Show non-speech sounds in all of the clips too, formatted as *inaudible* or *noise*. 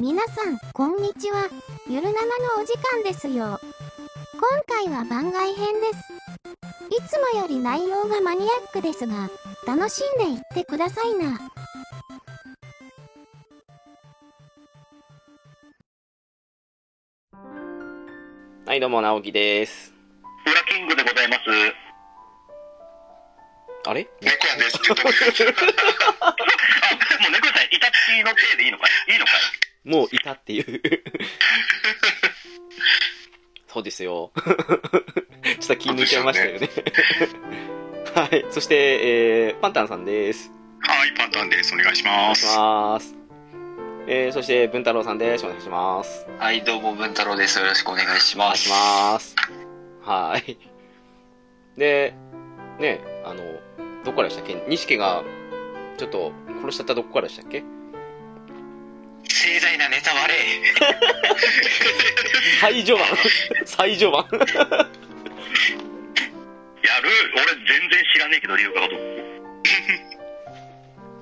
皆さん、こんにちは。ゆるななのお時間ですよ。今回は番外編です。いつもより内容がマニアックですが、楽しんでいってくださいな。はい、どうも、直樹です。裏キングでございます。あれ猫やですって言ったあ、もう猫さん、イタチの手でいいのかいいいのかいもういたって *laughs* いう。そうですよ。ちょっと気抜いちゃいましたよね。はい、そして、えー、パンタンさんです。はい、パンタンです。お願いしお願まいし。ます。えー、そして、文太郎さんです。お願いします。はい、どうも、文太郎です。よろしくお願いしお願まいしす。ます。はい。で、ね、あの、どこからでしたっけ西家が、ちょっと、殺しちゃったどこからでしたっけ盛大なネタ割れ。最序 *laughs* 盤最序盤やる俺全然知らねえけど、理由かと。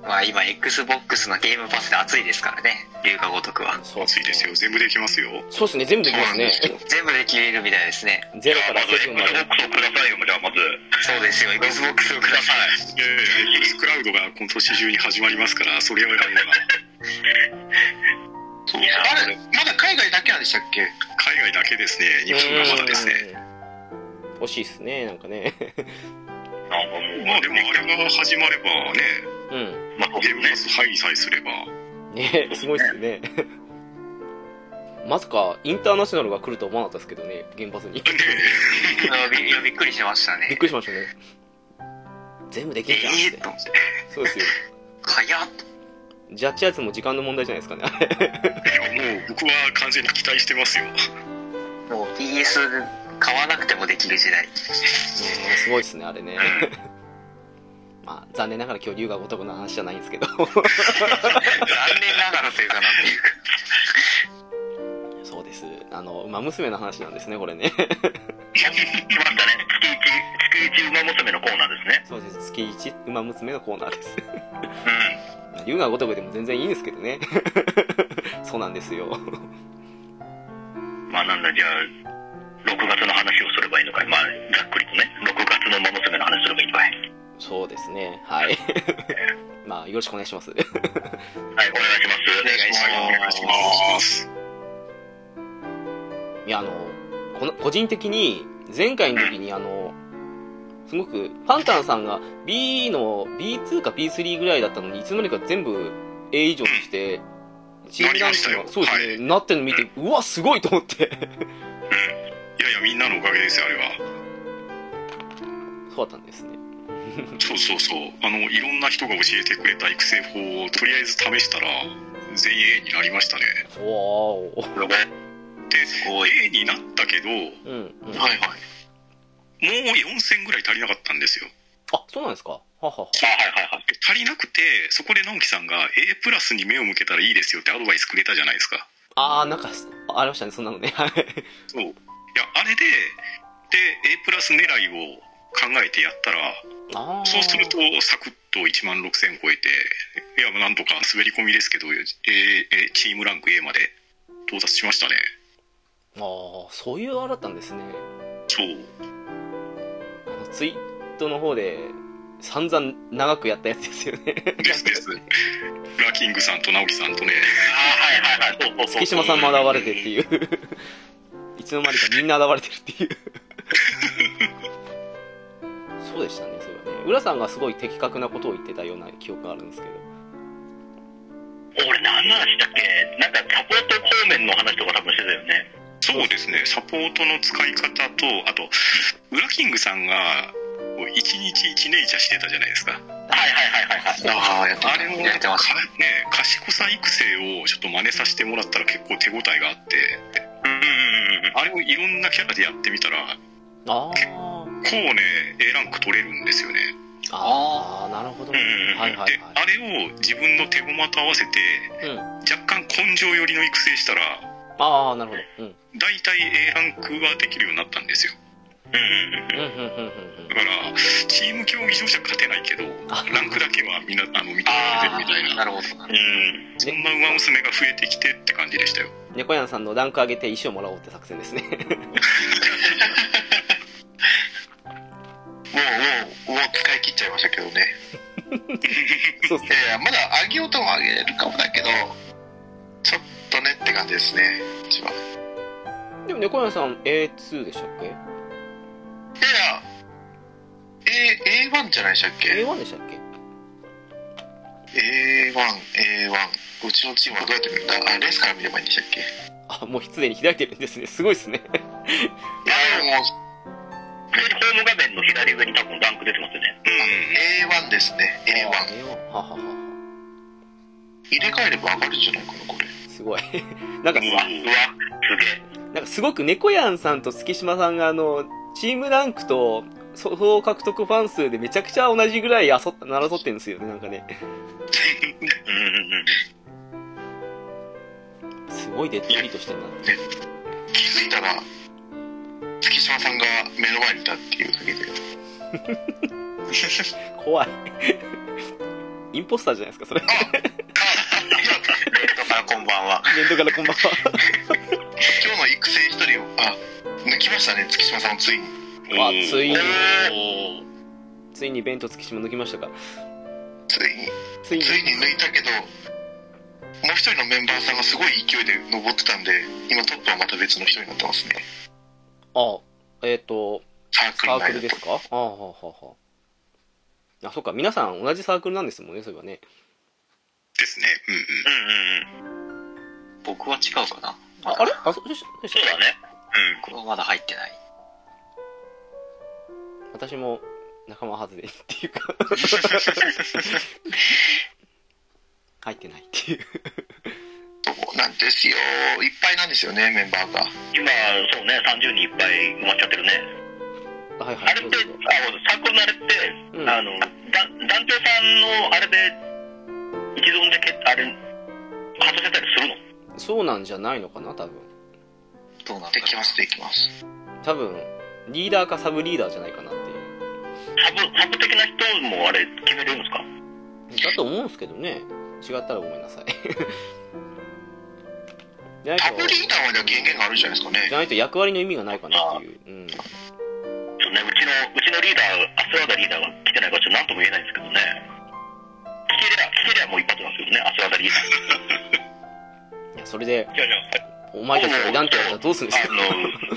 まあ、今、Xbox のゲームパスで熱いですからね。龍が如くは。そう熱いですよ。全部できますよ。そうですね、全部できますね。全部できるみたいですね。 *laughs* ゼロからまずセブンまで。 Xbox をくださいよ、じゃあまず。そうですよ、Xbox をください。いやいやいや、X クラウドが今年中に始まりますから、それをやるのがいや、あれまだ海外だけなんでしたっけ海外だけですね。日本がまだですね。うん惜しいですね、なんかね。なんかもう、まあでもあれが始まればね、うまあ、ゲームパス配さえすれば、ん。 *laughs* ねすごいっすね。まさか、インターナショナルが来るとは思わなかったですけどね、原発に。あびいやびっくりしましたびっね。くりしましたね。全部できえるじゃんっえてー、。と。そうですよ。早っと。ジャッジやつも時間の問題じゃないですかね、 *laughs* あれ。いやもう僕は完全に期待してますよ。もう PS 買わなくてもできる時代。うんすごいっすね、あれね。 *laughs* まあ、残念ながら今日、龍が男の話じゃないんですけど。残念ながらというか、なんていう *laughs* か。そうです。あの、馬娘の話なんですね、これね。来ましたね。月一、月一馬娘のコーナーですね。そうです。月一馬娘のコーナーです。うん。龍が如くでも全然いいんですけどね。 *laughs* そうなんですよ。まあなんだ、じゃあ、6月の話をすればいいのかい。まあ、ざっくりとね。6月の馬娘の話すればいいのかい。そうですね。 *laughs* はい。まあ、よろしくお願いします。はい、お願いします。お願いします願いします。いや、あの、この、個人的に、前回の時に、あの、すごく、パンタンさんが B の、B2 か B3 ぐらいだったのに、いつの間にか全部 A 以上にして、チームダンスなりましたが、そようですね、はいなってるの見て、うわ、すごいと思って。いやいや、みんなのおかげですよ、あれは。そうだったんですね。そうそうそう。あの、いろんな人が教えてくれた育成法をとりあえず試したら、全員 A になりましたね。おー。で、A になったけど、もううん、うん。はいはい。 4000ぐらい足りなかったんですよ。あ、そうなんですかははは。あ、はいはいはい。で足りなくてそこで直樹さんが A プラスに目を向けたらいいですよってアドバイスくれたじゃないですかあー、なんか、ありましたね、そんなのね。はい。そういやあれでで A プラス狙いを考えてやったらあーそうするとサクッと1万6000超えていやなんとか滑り込みですけど、A A チームランク A まで到達しましたねああそういうあれだったんですねそうあのツイートの方で散々長くやったやつですよねですですラキングさんと直樹さんとねあ、はいはいはい。そうそうそう。月島さんも現れてっていういつの間にかみんな現れてるっていうそうでしたねそうだね浦さんがすごい的確なことを言ってたような記憶があるんですけど俺何の話だっけなんかサポート方面の話とか多分してたよねそうですね、サポートの使い方と、あと、ウラキングさんが、こう一日一ネイチャーしてたじゃないですか。はいはいはいあはいはいあ、やってあれも、やってましたかね、賢さ育成をちょっと真似させてもらったら結構手応えがあって、うんうんうんうんあれをいろんなキャラでやってみたら、あこうね、A ランク取れるんですよね。あああなるほど、ねうんうんう、んはいはいで、はあれを自分の手駒と合わせて、い、うん、あ若干根性寄りの育成したら、あなるほど、うん、大体 A ランクはできるようになったんですよ。あうんうんうん、うんうん、うん、うんだから、チーム競技場じゃ勝てないけど、ランクだけはみんなあの認められてるみたいな、なるほどな。うんそんな馬娘が増えてきてって感じでしたよ。うん。猫屋さんのランク上げて石をもらおうって作戦ですね。もう、もう、もう使い切っちゃいましたけどね。そうっすいね。やいや、まだ上げようとも上げれるかもだけど、ちょっとねって感じですね、一番。いでも猫屋さん A2 でしたっけやいや、A、A1 じゃないでしたっけ ?A1 でしたっけ ?A1、A1。うちのチームはどうやって見るんだあ、レースから見ればいいんでしたっけいあ、もうすでに開いてるんですね。すごいっすね。や、もう普通にホーム画面の左上に多分ランク出てますよね。 A1 ですね、A1。 A1。はははは。入れ替えれば上がるんじゃないかな、これ。すごい。 *laughs* なんか、うわ、うわ、すげえ。なんかすごく猫やんさんと月島さんがあの、チームランクと、総合獲得ファン数でめちゃくちゃ同じぐらい争っ争ってるんですよね、なんかね。うんうんうん。すごいデッドヒートしてるな。気づいたら、月島さんが目の前にいたっていうだ *laughs* けで。怖い。 *laughs* インポスターじゃないですか、それ。レッドからこんばんは。面倒からこんばんは。今日の育成一人を、あ、抜きましたね、月島さんをついに。わついにおーついに弁当月島抜きましたか。ついに、ついにつ。いに抜いたけど、もう一人のメンバーさんがすごい勢いで登ってたんで、今トップはまた別の人になってますね。あ、えっ、と、サークルサーク内だルですと。かああ、はあ、はあはあ。あ、そっか、皆さん同じサークルなんですもんね、そういえばね。ですね。うんうん。うんうんうん。僕は違うかな。あ、あれあ、そうでしたでしそうただね。うん。僕はまだ入ってない。私も仲間外れっていうか *laughs* 入ってないっていうそうなんですよ。いっぱいなんですよね、メンバーが。今、そうね、30人いっぱい埋まっちゃってるね。はいはあいれどっうて、ぞあどうぞサークルのあれって、うんあの、だ団長さんのあれで、一存でけ、あれ、外せたりするのそうなんじゃないのかな多分どうなんだでろきます、できます。多分リーダーかサブリーダーじゃないかなっていうサブ、サブ的な人もあれ、決めれるんですかだと思うんですけどね違ったらごめんなさいじゃないタブとリーダーまでは権限があるんじゃないですかねじ。ゃないと役割の意味がないかなっていう、うん、そうね、うちの、うちのリーダー、アスラーダリーダーが来てないから、ちょっと何とも言えないんですけどね。聞けりゃ、聞けりゃもう一発なんですけどね、アスラーダリーダー。いやそれでいやいや、お前たちがいらんって言われたらどうするんですあかの、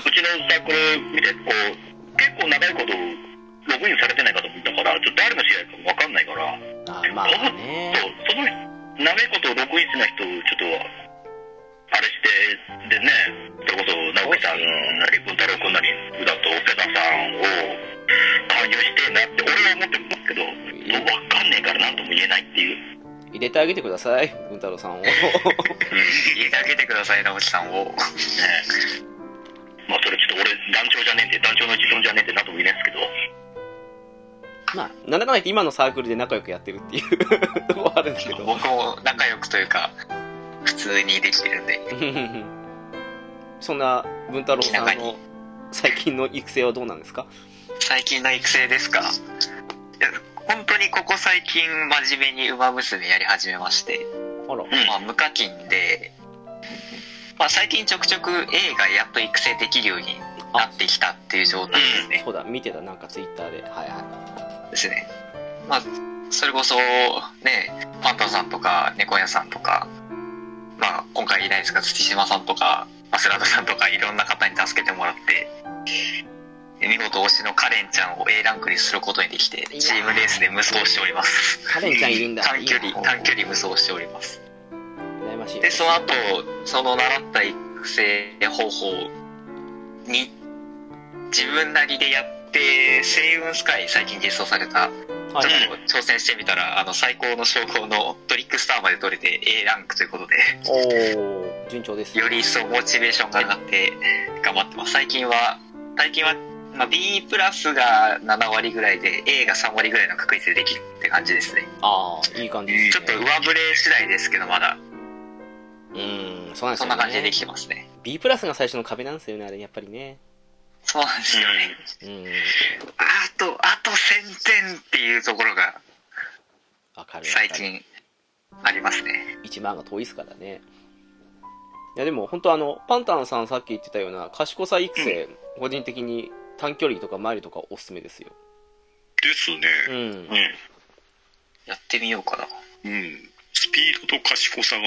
うちのサークル見て、こう、結構長いこと、ログインされてない方もいたから、ちょっと誰の試合かわかんないから、 *laughs* あーまあねそう、その、長いことログインしてない人、ちょっと、あれして、でね、それこそ、直樹さんなり、文太郎君なり、宇田とオペダさんを勧誘してえなって、俺は思ってますけど、わかんねえからなんとも言えないっていう。入れてあげてください文太郎さんを *laughs* *laughs* う。入れてあげてください、直樹さんを。ねまあ、それちょっと俺、団長じゃねえんで、団長の一存じゃねえんで、なんとも言えないですけど、まあなんだかんだ言って今のサークルで仲良くやってるって *laughs* いうとこはあるんですけど *laughs* 僕も仲良くというか、普通にできてるんで。そんな文太郎さん気長のに最近の育成はどうなんですか最近の育成ですかいや本当にここ最近真面目に馬娘やり始めまして、あら、まあ、無課金で、まあ、最近ちょくちょく A がやっと育成できるようになってきたっていう状態ですね。そうだ、見てた、なんかツイッターで。はいはですね。まあ、それこそ、ね、パンタンさんとか、猫屋さんとか、まあ、今回いないですが、土島さんとか、マスラドさんとか、いろんな方に助けてもらって、見事推しのカレンちゃんを A ランクにすることにできて、チームレースで無双しております。い。カレンちゃんいるんだ。短距離いいな、短距離無双しております。羨ましい。で、その後、その習った育成方法に、自分なりでやって、星雲スカイ最近実装されはたいちょっと挑戦してみたら、あの、最高の称号のトリックスターまで取れて A ランクということで、おー、順調です。より一層モチベーションが上がって頑張ってます。最近は、最近は、まあ、B プラスが7割ぐらいで A が3割ぐらいの確率でできるって感じですね。あー、いい感じです、ね。ちょっと上振れ次第ですけど、まだ、うーん、そうなんですよ、ね。そんな感じでできてますね。 B プラスが最初の壁なんですよね、あれ、やっぱりね。そうなんですよね。うん。あと、あと1000点っていうところがわかる。最。近ありますね。 1万が遠いですからね。いや、でも本当あの、パンタンさんさっき言ってたような、賢さ育成、個人的に短距離とかマイルとかおすすめですよ。ですね。うん。やってみようかな。うん。スピードと賢さが、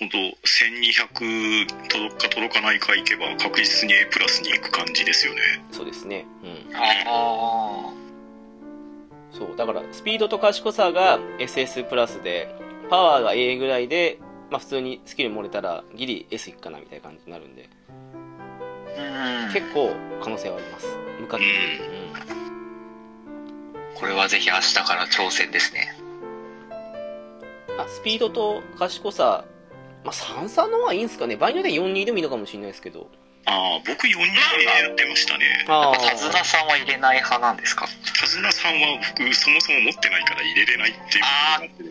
本当1200届くか届かないかいけば、確実に A プラスに行く感じですよね。そうですね。うん。あそう。だから、スピードと賢さが SS プラスで、パワーが A ぐらいで、まあ普通にスキル漏れたらギリ S いくかなみたいな感じになるんで、あ。うん。結構可能性はあります。向かって。これはぜひ明日から挑戦ですね。うん。あ、スピードと賢さ、まあ33の方がいいんですかね。場合によっては42でもいいのかもしれないですけど。ああ、僕4人でやってましたね。あ手綱さんは入れない派なんですか手綱さんは僕、そもそも持ってないから入れれないっていうあことでうんうん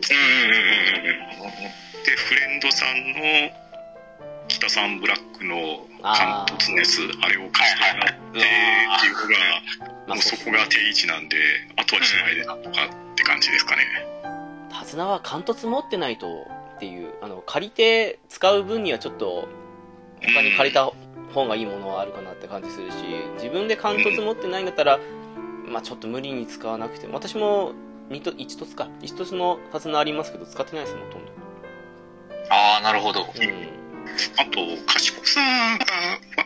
うんで、フレンドさんの北さんブラックのあ関ー東のやつ、あれを貸してもらってっていうのが、まあもうそそうこが定位置なんで、あとは自前でなんとかって感じですかね。手綱は貫突持ってないとっていうあの借りて使う分にはちょっと他に借りた方がいいものはあるかなって感じするし自分で貫突持ってないんだったら、まあ、ちょっと無理に使わなくても私も2と1凸か1凸の手綱ありますけど使ってないですもんほとんど、ああ、なるほど。うん、あと、賢さが、ま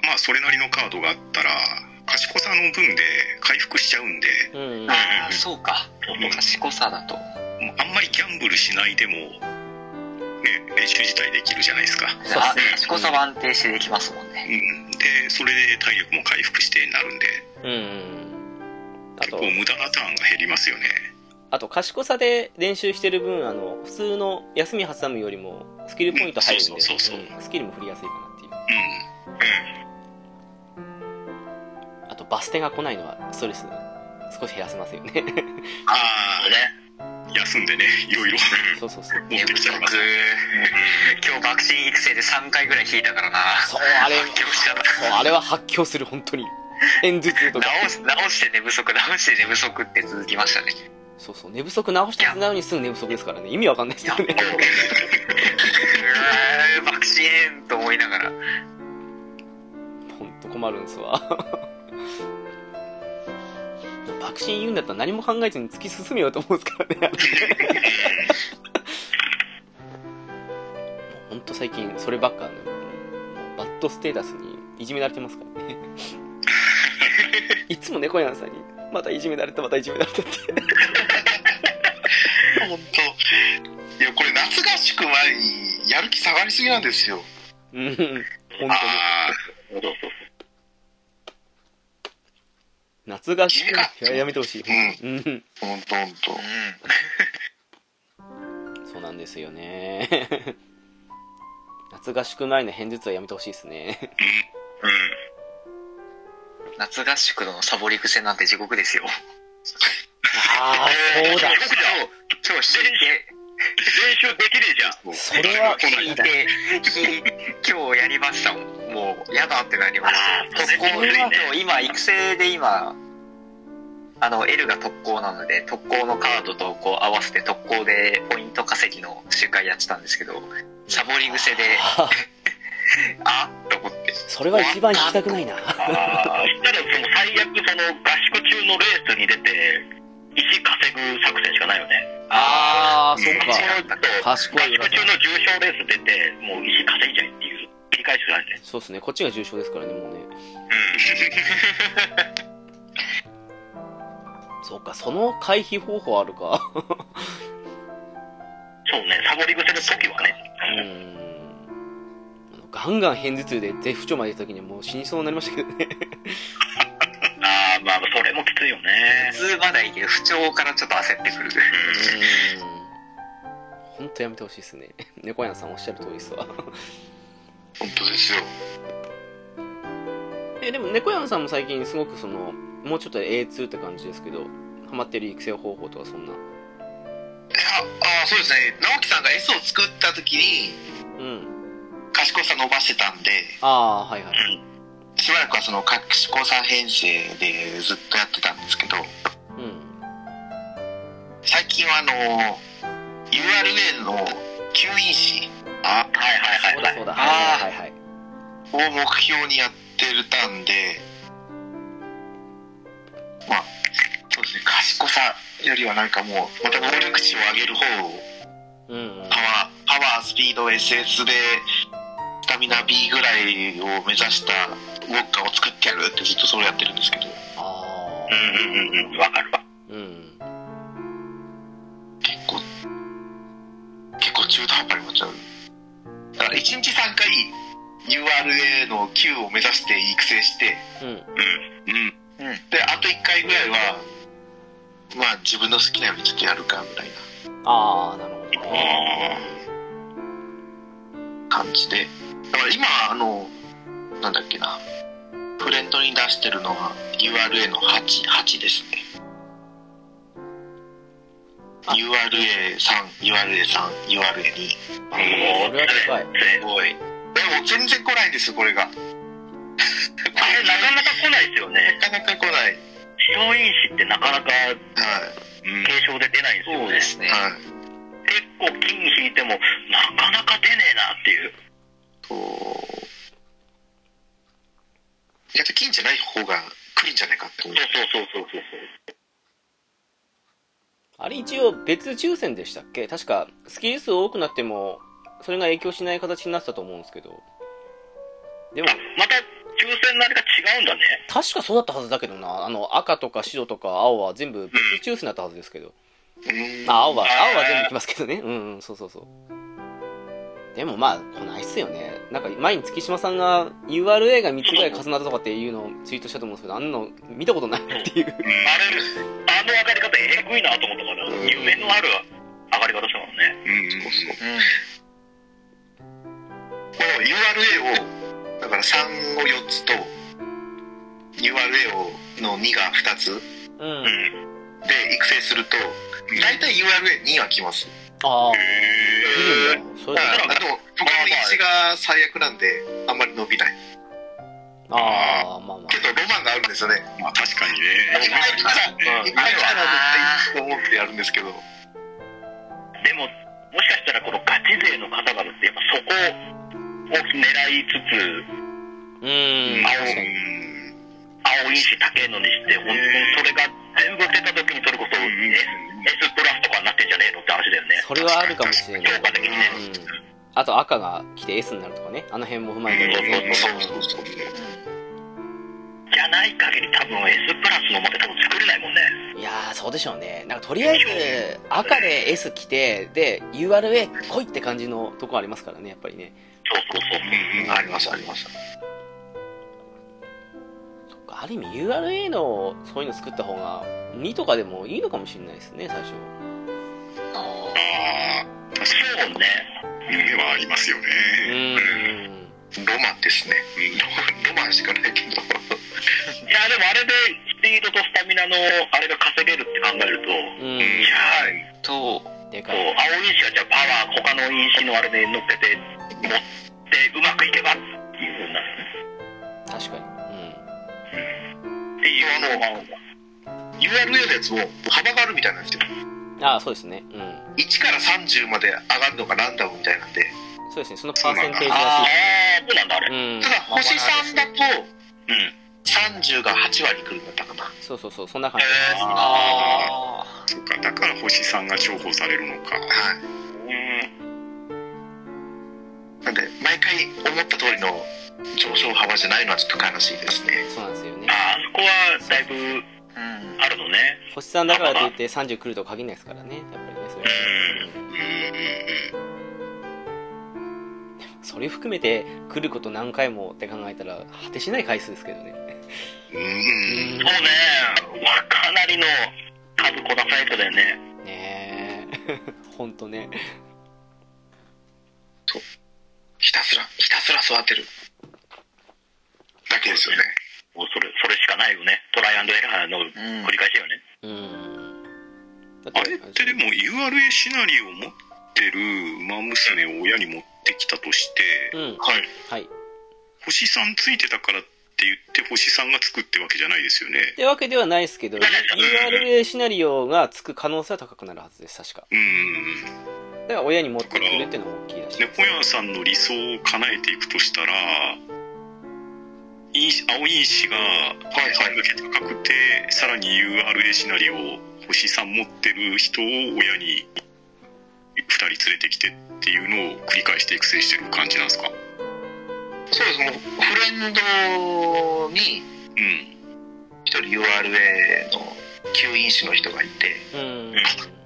まあ、それなりのカードがあったら、賢さの分で回復しちゃうんで、うんうんああ、そうか。うん賢さだと。もうあんまりギャンブルしないでも、ね、練習自体できるじゃないですか。そうあですね賢さは安定してできますもんうね。ん、で、それで体力も回復してになるんで、うんうんあ結と構無駄なターンが減りますよね。あと賢さで練習してる分あの普通の休み挟むよりもスキルポイント入るんで、うんそうそうそうそんスキルも振りやすいかなっていううん。あとバス停が来ないのはストレス少し減らせますよねあね。あ、休んでね、いろいろ *laughs* そうそうそう持ってきちゃいます。今日、爆心育成で3回ぐらい引いたからな。そうあれ発狂しちゃったそうあれは発狂する本当に偏頭痛とか直す直して寝不足直して寝不足って続きましたねそうそう寝不足直してつなのにすぐ寝不足ですからね意味わかんないですよねうわー爆心と思いながら本当困るんですわ *laughs* 爆心言うんだったら何も考えずに突き進めようと思うんですからねあれ *laughs* ねもう本当最近そればっかのもうバッドステータスにいじめられてますからね *laughs* いつも猫やんさんにまたいじめられたまたいじめられたって *laughs* 本当いやこれ夏合宿前にやる気下がりすぎなんですようん本当にああ、そうそうそう。夏合宿いやいややめてほしいうん本当本当うそうなんですよね *laughs* 夏合宿前の偏頭痛はやめてほしいですねん夏合宿のサボり癖なんて地獄ですよああそうだ今日今日引いて練習できねえじゃん。うん。それは引いて引い今日やりましたもんもうやだってなりましたあーそれ特攻それは今日今育成で今あの L が特攻なので特攻のカードとこう合わせて特攻でポイント稼ぎの集会やってたんですけどサボり癖でああっと思ってそれは一番聞きたくないなああ、ただその最悪その合宿中のレースに出て、石稼ぐ作戦しかないよね。ああそあっ違ったかか賢合い宿浦さん中の重賞レース出て、もう石稼いじゃいっていう、繰り返しがないね。そうですねこっちが重症ですからねもうねそうかその回避方法あるかそうね、サボり癖の時はね。うんあのガンガン偏頭痛で絶不調までいた時にはもう死にそうになりましたけどねああ、まあ、それもきついよね普。通まだいいけど不調からちょっと焦ってくるうん本当やめてほしいですね猫やんさんおっしゃる通りですわ本当ですよえでも猫やんさんも最近すごくそのもうちょっとで A2 って感じですけどハマってる育成方法とかそんなああそうですね直樹さんが S を作った時にうん賢さ伸ばしてたんでああはいはいでしばらくはその各試行3編成でずっとやってたんですけどうん。最近はあの URA の吸引誌あ、はいはいそうはだいはい。そうだ。あーはいはいはい。を目標にやってるたんでまあそうですね賢さよりはなんかもうまた能力値を上げる方をうんうん。パワーパワースピード SS でスタミナ B ぐらいを目指したウォッカを作ってやるってずっとそれやってるんですけどあうんうんうんうん、わかるわ。ー。うん。結構結構中途半端に持っちゃうだから1日3回 URA の Q を目指して育成してうん。うん。であと1回ぐらいはまあ自分の好きなようにちょっとやるかみたいああ、なるほどあね。あ。な感じでだから今あのなんだっけなフレンドに出してるのは URA の8 8ですねあ URA3URA3URA2 あーそれはでかい。すごいでも全然来ないんですよこれがこれあれ、なかなか来ないですよね。なかなか来ない指導因子ってなかなかはいうん。軽症で出ないんですよそうねで。すね。はい結構筋引いても、なかなか出ねえなっていう。とやっぱ金じゃない方が来るんじゃないかって思うそうそうそうそうそうそう。あれ一応別抽選でしたっけ確か、スキル数多くなっても、それが影響しない形になってたと思うんですけど。でもあ、、また、抽選のあれが違うんだね。確かそうだったはずだけどな。あの、赤とか白とか青は全部別抽選だったはずですけど。うんあ、青は、青は全部いきますけどね。うんうん、そうそうそう。でもまあ、来ないっすよね。なんか前に月島さんが URA が3つぐらい重なったとかっていうのをツイートしたと思うんですけど、あんなの見たことないっていう。あれ、あの上がり方、えぐいなと思ったから、うん夢のある上がり方したもんね。うん。うん。まあ URA をだから3を4つと URA をの2が2つうん。うん。で育成すると大体 URA2 は来ますああ、見へーるんだ。そだれでか、らあまあと僕の印が最悪なんであんまり伸びないああ、まあまあけ。どロマンがあるんですよねまあ確かにね。一回来た *laughs* らうん一回来たら絶対と思ってやるんですけどでも、もしかしたらこのガチ勢の方々って、やっぱそこを狙いつつ、うーん、青確かに。うん。青いし高えのにして、本当にそれが全部出た時にそれこそ、うん。 S, S プラスとかになってんじゃねえのって話だよね。それはあるかもしれない。評価的にね。うん。あと赤が来て S になるとかね。あの辺も踏まえてるうんそうそうそうじゃない限り多分 S プラスのまで多分作れないもんね。いやー、そうでしょうね。なんかとりあえず、赤で S 来て、で、URA 来いって感じのとこありますからね、やっぱりね。そうそうそう。うん。ありますありますそっかある意味 URA のそういうの作った方が、2とかでもいいのかもしれないですね、最初。ああそうね。あ。夢はありますよね。うーん。ロマンですねロマンしかない *laughs* けどいや、でもあれでスピードとスタミナのあれが稼げるって考えると、ういん。やーと、でこかうい。青因子はじゃあパワー、他の因子のあれで乗っけて、持ってうまくいけばっていうふうになる確かに。っていうのを、 URA のやつも幅があるみたいなんですようん。ああ、そうですね。うん。 1から30まで上がるのがランダムみたいなんでそうですね、そのパーセンテージあらしあ、そうなんだ、あれ。い。うんた。だ星3だとうん。 30が8割くるんだったかなそうそうそう、そんな感じ。ああ、そっか。だから星さんが重宝されるのか。はいなんで毎回思った通りの上昇幅じゃないのはちょっと悲しいですねそうなんですよね。ああそこはだいぶうん。あるのね。星さんだからといって30来ると限らないですからね、やっぱりね、それはうんうんそれ含めて来ること何回もって考えたら、果てしない回数ですけどね。うん。うん。そうね、まあ、かなりの数こなされそうだよね。ねえ、 *laughs* ほんとね。ひたすらひたすら育てるだけですよねもうそれ、それしかないよね。トライアンドエラーのうん繰り返しだよね。うん。だあれってでも URA シナリオを持ってる馬娘を親に持ってきたとして、うん、はいはい。星さんついてたからっって言って星さんがつくってわけじゃないですよねっ。てわけではないですけど、URA シナリオがつく可能性は高くなるはずです、確か。うん。だから親に持ってくれっていうのも大きいらしい。猫屋さんの理想を叶えていくとしたら因子青因子がい単価が高くてさらに URA シナリオを星3持ってる人を親に2人連れてきてっていうのを繰り返して育成してる感じなんですかうそうですもうフレンドにん一人 URA の吸引士の人がいてうん。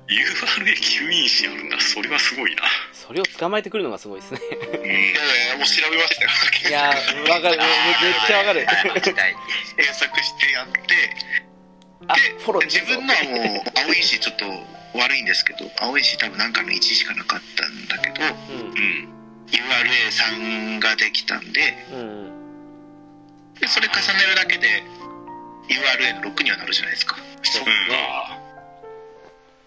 URA9 因子あるんだそれはすごいなそれを捕まえてくるのがすごいですね。うんいやいやもう調べましたよいやー、わかる。めめっちゃわかる。 *laughs* 検索してやってあ、フォロー自分のはもう青い石ちょっと悪いんですけど青い石多分なんかの1しかなかったんだけどうんう。ん URA さんができたんでうん。でそれ重ねるだけで URA の6にはなるじゃないですかそううんね。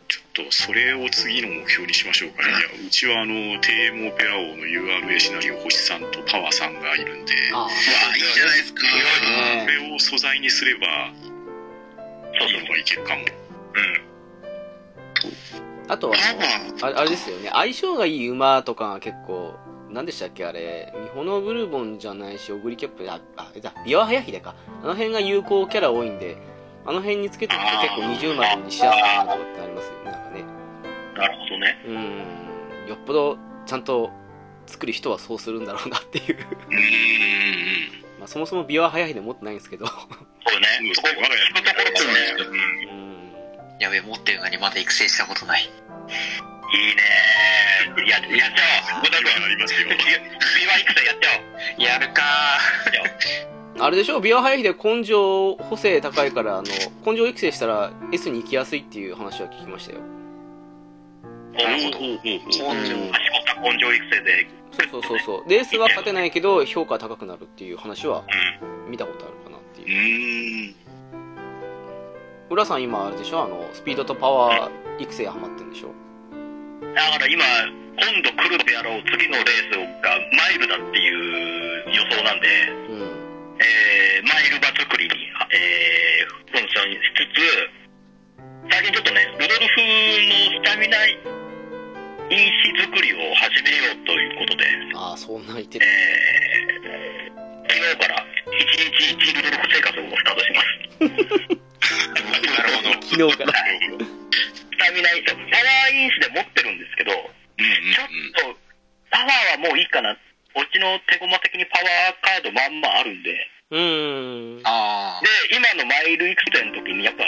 ちょっとそれを次の目標にしましょうかねいやうちはあのテーモオペラ王の URA シナリオ星さんとパワーさんがいるんであわあいいじゃないですかあ。ねこれを素材にすればいいのがいけるかもあとはあの、あれあれですよね、相性がいい馬とかが結構、なんでしたっけ、あれ、ミホノブルボンじゃないし、オグリキャップ、あ、あえだ、ビワハヤヒデか、あの辺が有効キャラ多いんで、あの辺につけておくと結構二重丸にしやすいなとかってありますよね、なんかね。なるほどね。うん、よっぽどちゃんと作る人はそうするんだろうなっていう。 *laughs* うーまあ、そもそもビワハヤヒデ持ってないんですけど。そうね。んそこ、我が家聞くところですね。うんうん。やべえ、持ってるのにまだ育成したことない。いいねー。や、やっちゃおう。小田君今なりますよビワ育成やっちゃおう。やるかあれでしょビワハヤヒデ根性補正高いから、あの、根性育成したら S に行きやすいっていう話は聞きましたよ。なるほど。んー。根性。足持った根性育成で、そうそうそうそう。レースは勝てないけど、評価高くなるっていう話は見たことあるかなってういう。ん浦さん今あれでしょあの、スピードとパワー育成ハマってんでしょだから今、今度来るであろう次のレースがマイルだっていう予想なんで、うん。えー、マイル場作りに、えー、フォンションしつつ、最近ちょっとね、ルドルフのスタミナ因子作りを始めようということで、ああ、そんな言ってる。えー、昨日から一日一ルドルフ生活をスタートします。 *laughs* なるほど昨日から。スタミナ因子、パワー因子で持ってるんですけど、うんうんちょっと、パワーはもういいかな。うちの手駒的にパワーカードまんまあるんで。うーん。あで、今のマイル育成の時にやっぱ、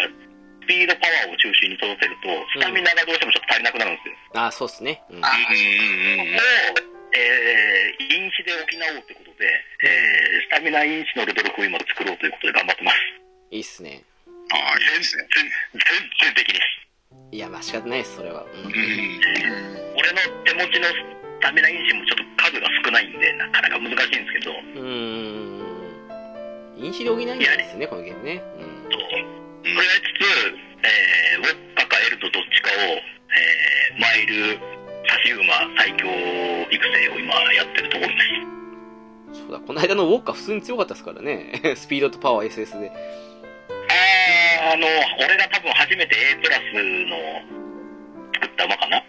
スピードパワーを中心に育てると、スタミナがどうしてもちょっと足りなくなるんですよ。ああ、そうっすね。うん。あうんうんうんうんを、えー、因子で補おうってことで、えー、スタミナ因子のルドルフを今作ろうということで頑張ってます。いいっすね。ああいいですね全全然できないです。いや、まあ仕方ないっす、それは。うん。うー。うんん。俺の手持ちのスタミナ因子もちょっと数が少ないんで、なかなか難しいんですけど、うーん。飲酒で補えないんですね、このゲームね。と、それやりつつ、えー、ウォッカかエルとどっちかを、えー、マイル、差し馬、最強育成を今やってるところです。うん。そうだ、この間のウォッカ普通に強かったですからね。 *laughs* スピードとパワー SS で。あー、あの、俺が多分初めて A プラスの作った馬かな、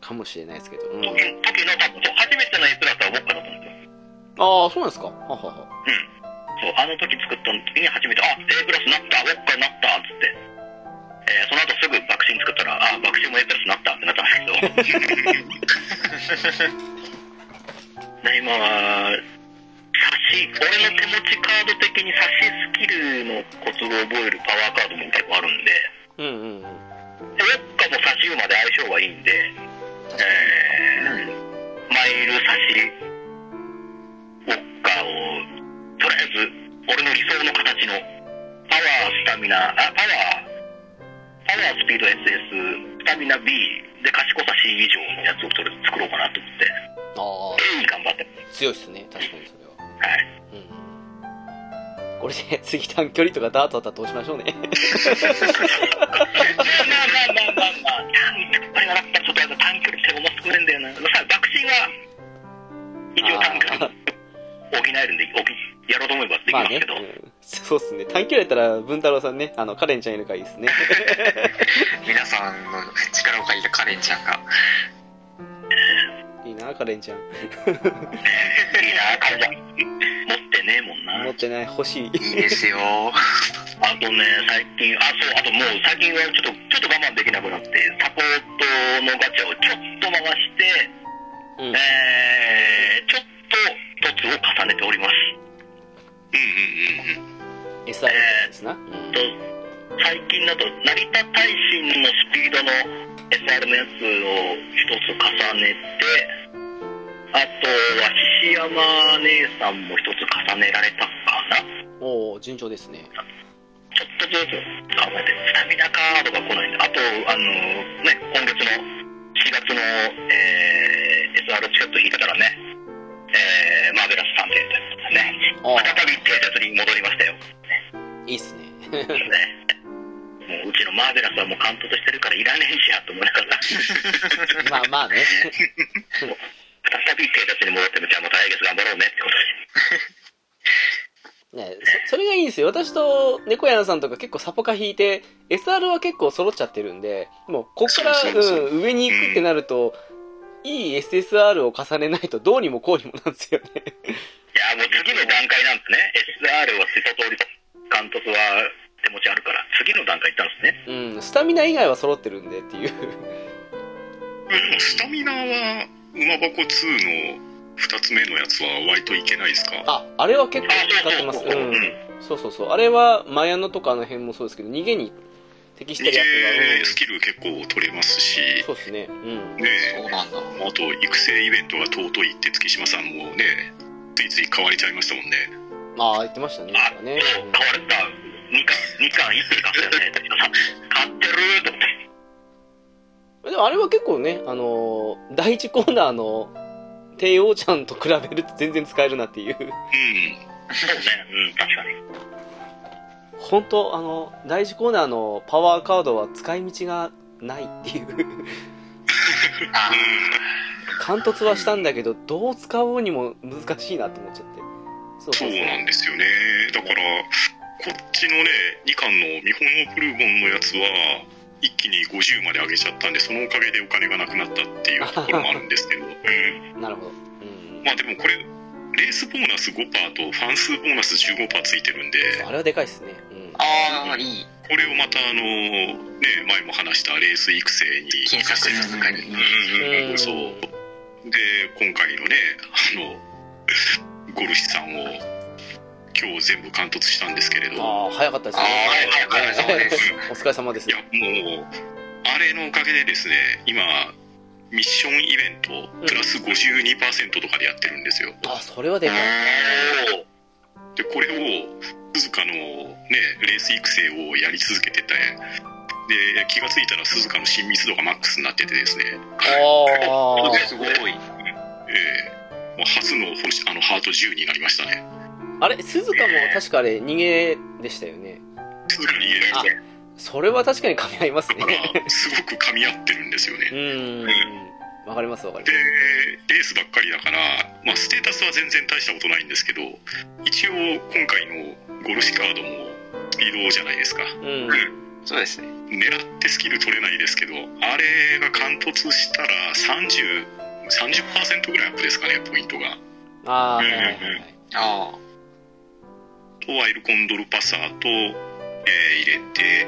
かもしれないですけど。うん。時の時の多分そう、初めての A プラスはウォッカだったんですよ。ああ、そうなんですか。ははは。そう、あの時作った時に初めて、あ、A プラスなった、ウォッカになった、つって。えー、その後すぐ爆心作ったら、あ、爆心も A プラスになったってなったんですけど。ね、今は、差し、俺の手持ちカード的に差しスキルのコツを覚えるパワーカードも結構あるんで、うんうんうん。ウェッカも差し馬で相性はいいんで、確かえー、マイル差し、ウォッカを、とりあえず、俺の理想の形の、パワー、スタミナ、あ、パワー、パワー、スピード、SS、スタミナ B で賢さ C 以上のやつをとりあえず作ろうかなと思って、に。あ A に頑張って、あ、強いっすね。確かにそれは。はい。うん。これで次短距離とかダートだったらどうしましょう *laughs* ね。まあまあまあまあまあ、短距離がなったらちょっとやっぱ短距離手も少ないんだよな。さあ、爆心は、一応短距離あ補えるんで、補やろうと思えばできまあますねけど、、うんそうっすね。短距離やったら、文太郎さんね、あの、カレンちゃんいるからいいですね。皆さんの力を借りたカレンちゃんがいいな、カレンちゃん。いいな、彼女。持ってねえもんな。持ってない、欲しい。いいですよあとね、最近、あ、そう、あともう最近はちょっと、ちょっと我慢できなくなって、サポートのガチャをちょっと回して、うん。えー、ちょっと凸を重ねております。うんうんうんうん SR ですな。うんと最近だと成田耐震のスピードの SR のやつを一つ重ねてあとは獅子山姉さんも一つ重ねられたかなおお順調ですね。ちょっとずつ考えてスタミナカードが来ないんであとあのね今月の4月の、えー SR チケット引いたからねえーマーベラス探偵ですねああ再び偵察に戻りましたよいいっすね。ね。もううちのマーベラスはもう完封してるからいらねえしやと思いながら、まあまあね。再び偵察に戻っても、じゃあもう来月頑張ろうねってことねそそれがいいんですよ。私と猫やなさんとか結構サポカ引いて、SR は結構揃っちゃってるんで、もうこっからそうそうそううん、上に行くってなると、いい SSR を重ねないとどうにもこうにもなんですよね。 *laughs* で。いや、もう次の段階なんですね。SR は一通り、監督は手持ちあるから、次の段階行ったんですね。うん、スタミナ以外は揃ってるんでっていう。でもスタミナは馬箱2の2つ目のやつは割といけないですかあ、あれは結構あ、使ってそうます。そううそう。うんん。そうそうそう。あれは、マヤノとかあの辺もそうですけど、逃げに適して逃るやつが。うげんスキル結構取れますしそうですね。うん。ねそうなんだあと育成イベントが尊いって月島さんもねついつい買われちゃいましたもんねまあ、言ってましたね。な、あんかそねう、買われた。2巻、二巻一気に買ったよね。買ってると思って。うんでもあれは結構ね、あのー第一コーナーの帝王ちゃんと比べると全然使えるなっていう。うんそうね。うん、確かに。本当あの、第一コーナーのパワーカードは使い道がないっていう。あ *laughs* 貫突はしたんだけど、どう使おうにも難しいなと思っちゃって。そうそそううそう。なんですよねだからこっちのね2巻の「ミホノブルボン」のやつは一気に50まで上げちゃったんでそのおかげでお金がなくなったっていうところもあるんですけど、うんなるほど。うん。まあでもこれレースボーナス5%とファン数ボーナス15%ついてるんであれはでかいっすね。うん。あーいいこれをまたあのね前も話したレース育成に検索するとかにうんうんううんん、そうで今回のねあのゴルシさんを今日全部貫突したんですけれどああ、早かったですあね。あお疲れ様ですお疲れ様ですい。やもうあれのおかげでですね今ミッションイベントプラス52%とかでやってるんですよ、あ、それはでかい。でこれを鈴鹿のねレース育成をやり続けててで気がついたら鈴鹿の親密度がマックスになっててですね、ああ。すごいえーもう初の星あのハート10になりましたねあれ、鈴鹿も確かあれ、逃げでしたよね。鈴鹿に入れられてそれは確かに噛み合いますだかね。らすごく噛み合ってるんですよねうーん。わかりますわかりでレースばっかりだから、まあ、ステータスは全然大したことないんですけど一応今回のゴルシカードもスピードじゃないですかます。うん。そうですね狙ってスキル取れないですけどあれが貫突したら30 30%ぐらいアップですかねポイントがああ、はいはいはい。あとワイルコンドルパサーと、えー入れて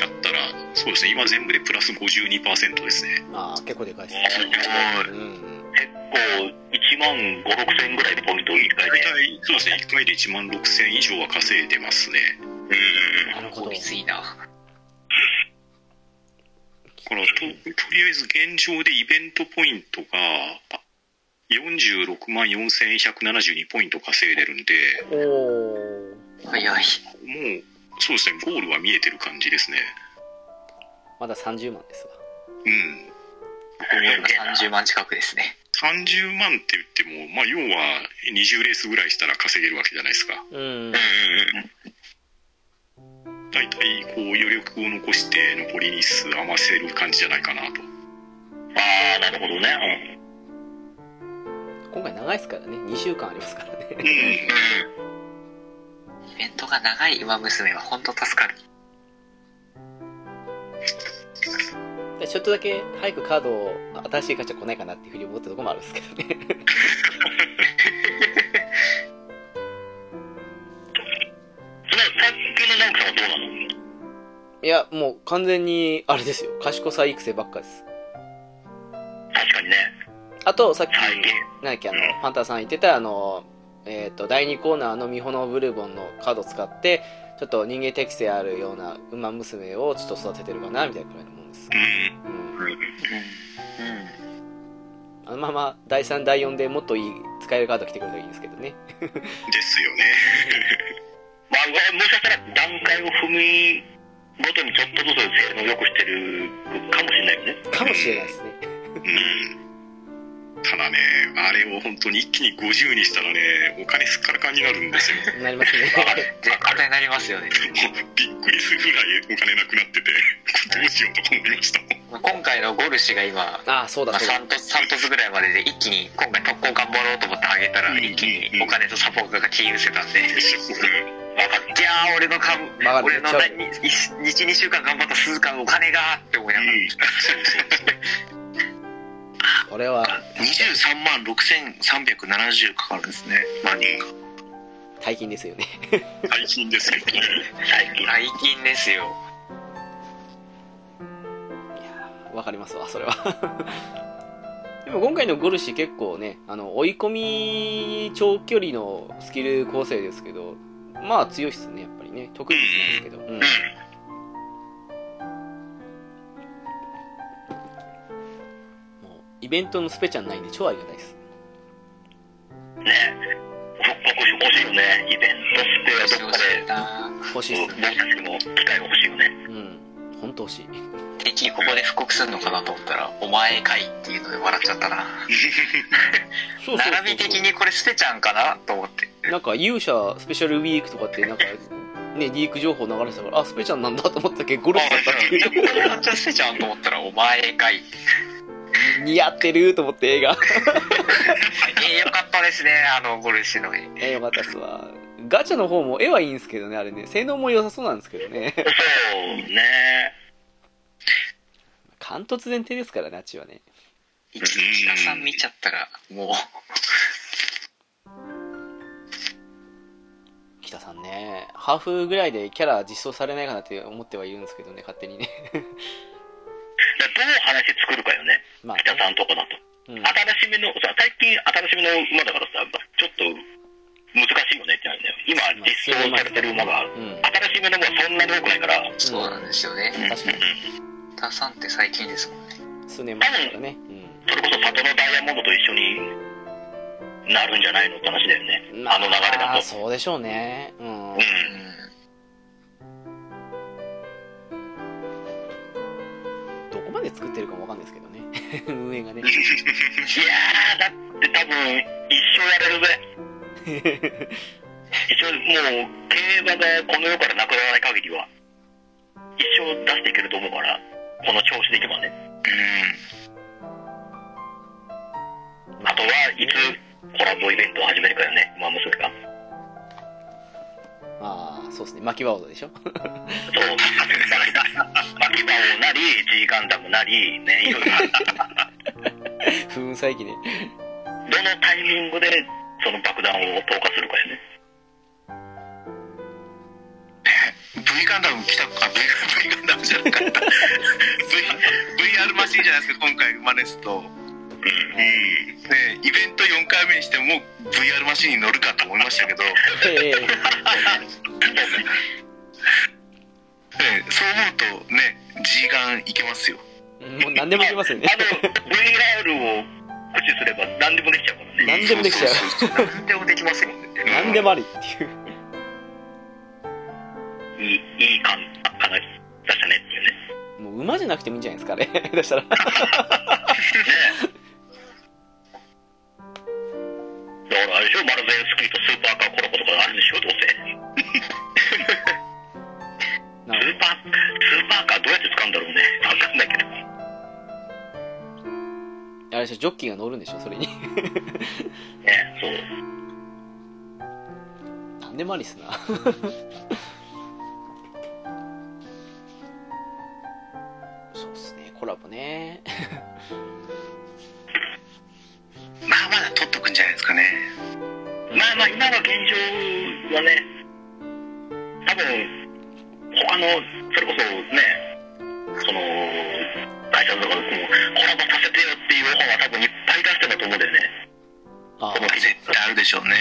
やったらそうですね今全部でプラス52%ですねああ、結構でかいです。もううん。結構、1万5、6千ぐらいのポイントを1回大で。体そうですね1回で1万6000以上は稼いでますねうん。なるあほど効。率いいなだからととりあえず現状でイベントポイントが46万4172ポイント稼いでるんでおー。早いもうそうですねゴールは見えてる感じですねまだ30万ですわ。うん30万近くですね30万って言っても、まあ、要は20レースぐらいしたら稼げるわけじゃないですかうん。大体こう余力を残して残り日数余せる感じじゃないかなとああ、なるほどね。今回長いですからね。2週間ありますからね。 *laughs* うんうん。トが長い馬娘は本当助かる。でちょっとだけ早くカードを新しいガチャ来ないかなっていうふうに思ったところもあるんですけどねその最近のなんかはどうなのいやもう完全にあれですよ賢さ育成ばっかです確かにね。あとさっき最な近。んだっけあのうパンタさん言ってたあのえっ、と第2コーナーのミホノブルボンのカードを使ってちょっと人間適性あるような馬娘をちょっと育ててるかなみたいなくらいのもんです、うん。うん、うん。あのまま第3第4でもっといい使えるカード来てくれるといいんですけどねですよね。 *laughs* まあ、もしかしたら段階を踏みごとにちょっとずつ性能を良くしてるかもしれないよね。かもしれないですねうん。ただね、あれを本当に一気に50にしたらね、お金すっからかんになるんですよ。 *laughs* なりますね *laughs* 絶対なりますよね。びっくりするぐらいお金なくなってて、どうしようとか思いましたもん。今回のゴルシが今、ああそうまだあ、そうだ 3, ト3トスぐらいまでで一気に今回特攻頑張ろうと思ってあげたらうん一気にお金とサポートが消え失せたんで、いうんやー俺のかわかる俺の12週間頑張った数間お金がーって思いながら、うんこれは23万6370かかるんですね。まあ、人間大金ですよね大金ですけどね。最近。大金ですよいやーわかりますわそれは *laughs* でも今回のゴルシ結構ねあの追い込み長距離のスキル構成ですけどまあ強いっすねやっぱりね得意なんですけど、うんもうイベントのスペちゃんないんで超ありがたいですねえ。欲しいよね。イベントして、どっかで。欲しいっす僕ねたちも機会が欲しいよね。うん本当欲しい敵ここで布告するのかなと思ったら「お前かい」っていうので笑っちゃった *laughs* なそうそうそうそう並び的にこれ捨てちゃうんかなと思 *laughs* ってなんか勇者スペシャルウィークとかってなんかねリーク情報流れてたからあスペちゃんなんだと思ったっけどゴルシだったっていうじゃあここで買っちゃ捨てちゃうんと思ったら「お前かい」似合ってると思って映画えー、よかったですねあのゴルシの絵えよかったっすわガチャの方も絵はいいんですけどねあれね性能も良さそうなんですけど *laughs* ねそうね。関東前提ですからねあっちはね一日田さん見ちゃったらもう北さんねハーフぐらいでキャラ実装されないかなって思ってはいるんですけどね勝手にね *laughs* だからどう話作るかよね。まあ、北さんとかだと。うん、新しめの、さ、最近新しめの馬だからさ、ちょっと難しいよねってなるんだよ。今、実装されてる馬が、うん新しめの馬はそんなに多くないから、そうなんですよね確かに田さんって最近ですもんね数年前だからね、それこそ里のダイヤモンドと一緒になるんじゃないのって話だよね。うん、あの流れまだあと。そうでしょうねうん、うん。うんどこまで作ってるかもわかんないですけどね運営がね *laughs* いやー、だって多分、一生やれるぜ。一生、もう、競馬がこの世からなくならない限りは、一生出していけると思うから、この調子でいけばね。あとはいつコラボイベントを始めるかよね、馬娘が。まあそうですね巻き場王でしょ *laughs* そう、マキバオなり、G ガンダムなり、ね、いろいろある不運再起ねどのタイミングでその爆弾を投下するかよね。 V ガンダム来たあ *laughs* V, v ガンダムじゃなかった v VR マシンじゃないですか今回マネスと、ね、イベント4回目にしてももう VR マシンに乗るかと思いましたけど、ね、ええそう思うとね G ガンいけますよもう何でもできますよねあの、VR を駆使すれば何でもできちゃうからね。何でもできちゃうそうそうそう何でもできますよね何でもありっていういい、いい感、話出したねっていうね。もう馬じゃなくてもいいんじゃないですかね。だしたら。 *laughs* だからあれでしょ、マルゼンスキーとスーパーカーコラボとかあるでしょ、どうせ。なスーるパー、スーパーカーどうやって使うんだろうね。わかんないけど。ほどあれでしょ、ジョッキーが乗るんでしょ、それに。ね、そう。何何でもありっすな。そうっすね、コラボね。まあまだ取っとくんじゃないですかね。まあまあ、今の現状はね、多分、他の、それこそね、その、会社とかでもコラボさせてよっていうオファーは多分いっぱい出してたと思うんだよね。あこの記事。絶対あるでしょうね。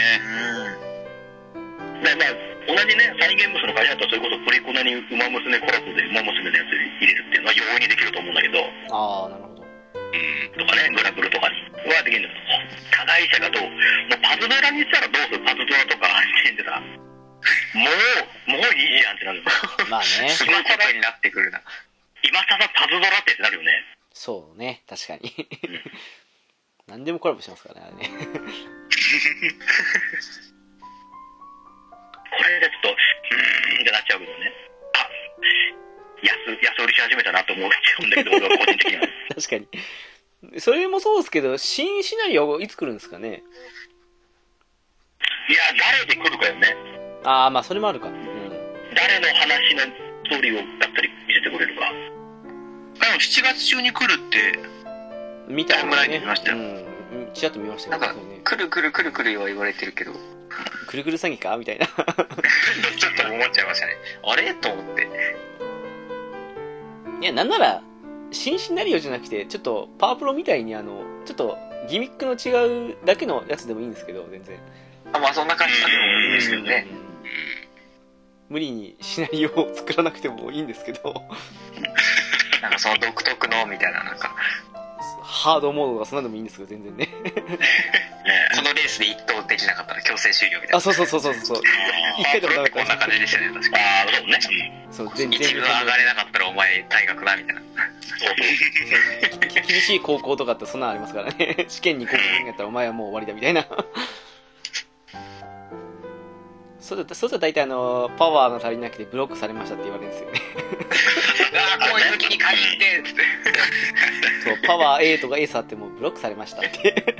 で、まあ、同じね、再現物の会社だと、それこそプリコナにウマ娘コラボでウマ娘のやつ入れるっていうのは容易にできると思うんだけど、ああ、なるほど。とかね、グラブルとかにはできるんだけど、他会社だと、もうパズドラにしたらどうするパズドラとかしてんでさ、もう、もういいじゃんっ *laughs* てなるんですよ。まあね、すごいことになってくるな。今さらパズドラってってなるよね。そうね、確かに。何でもコラボしますからね、あれね。これでちょっと、うーんってなっちゃうけどね。あ、安、安売りし始めたなと思っちゃうんだけど、俺は個人的には。確かに。それもそうですけど、新シナリオいつ来るんですかねいや、誰で来るかよね。ああ、まあそれもあるか。うん。誰の話のストーリーをだったり見せてくれるか。でも7月中に来るって、見たタイムラインで見ましたようん。ちらっと見ましたなんけど、かそうね、くるくるくるくるは言われてるけど、くるくる詐欺かみたいな。 *laughs* ちょっと思っちゃいましたね。あれと思って。いや、なんなら、新シナリオじゃなくて、ちょっとパワープロみたいに、あの、ちょっとギミックの違うだけのやつでもいいんですけど、全然。あまあそんな感じでもいいですよね。うん無理にシナリオを作らなくてもいいんですけど、 *laughs* なんかその独特のみたいな、なんか、ハードモードがそんなのでもいいんですけど、全然ね。このレースで一等できなかったら強制終了みたいあ、そうそうそうそうそう。一回でもダメな。こんなだ感じでしたね、確かああ、そうね。そう、全に。然。一部上がれなかったらお前退学だみたいな。そうそきう。厳しい高校とかってそんなのありますからね *laughs* 試験に合格やったらお前はもう終わりだみたいな *laughs* そうだったそうだ大体あのパワーが足りなくてブロックされましたって言われるんですよね *laughs* ああ、こういう時に限って、つって。そうパワー A とか S あってもうブロックされましたって *laughs*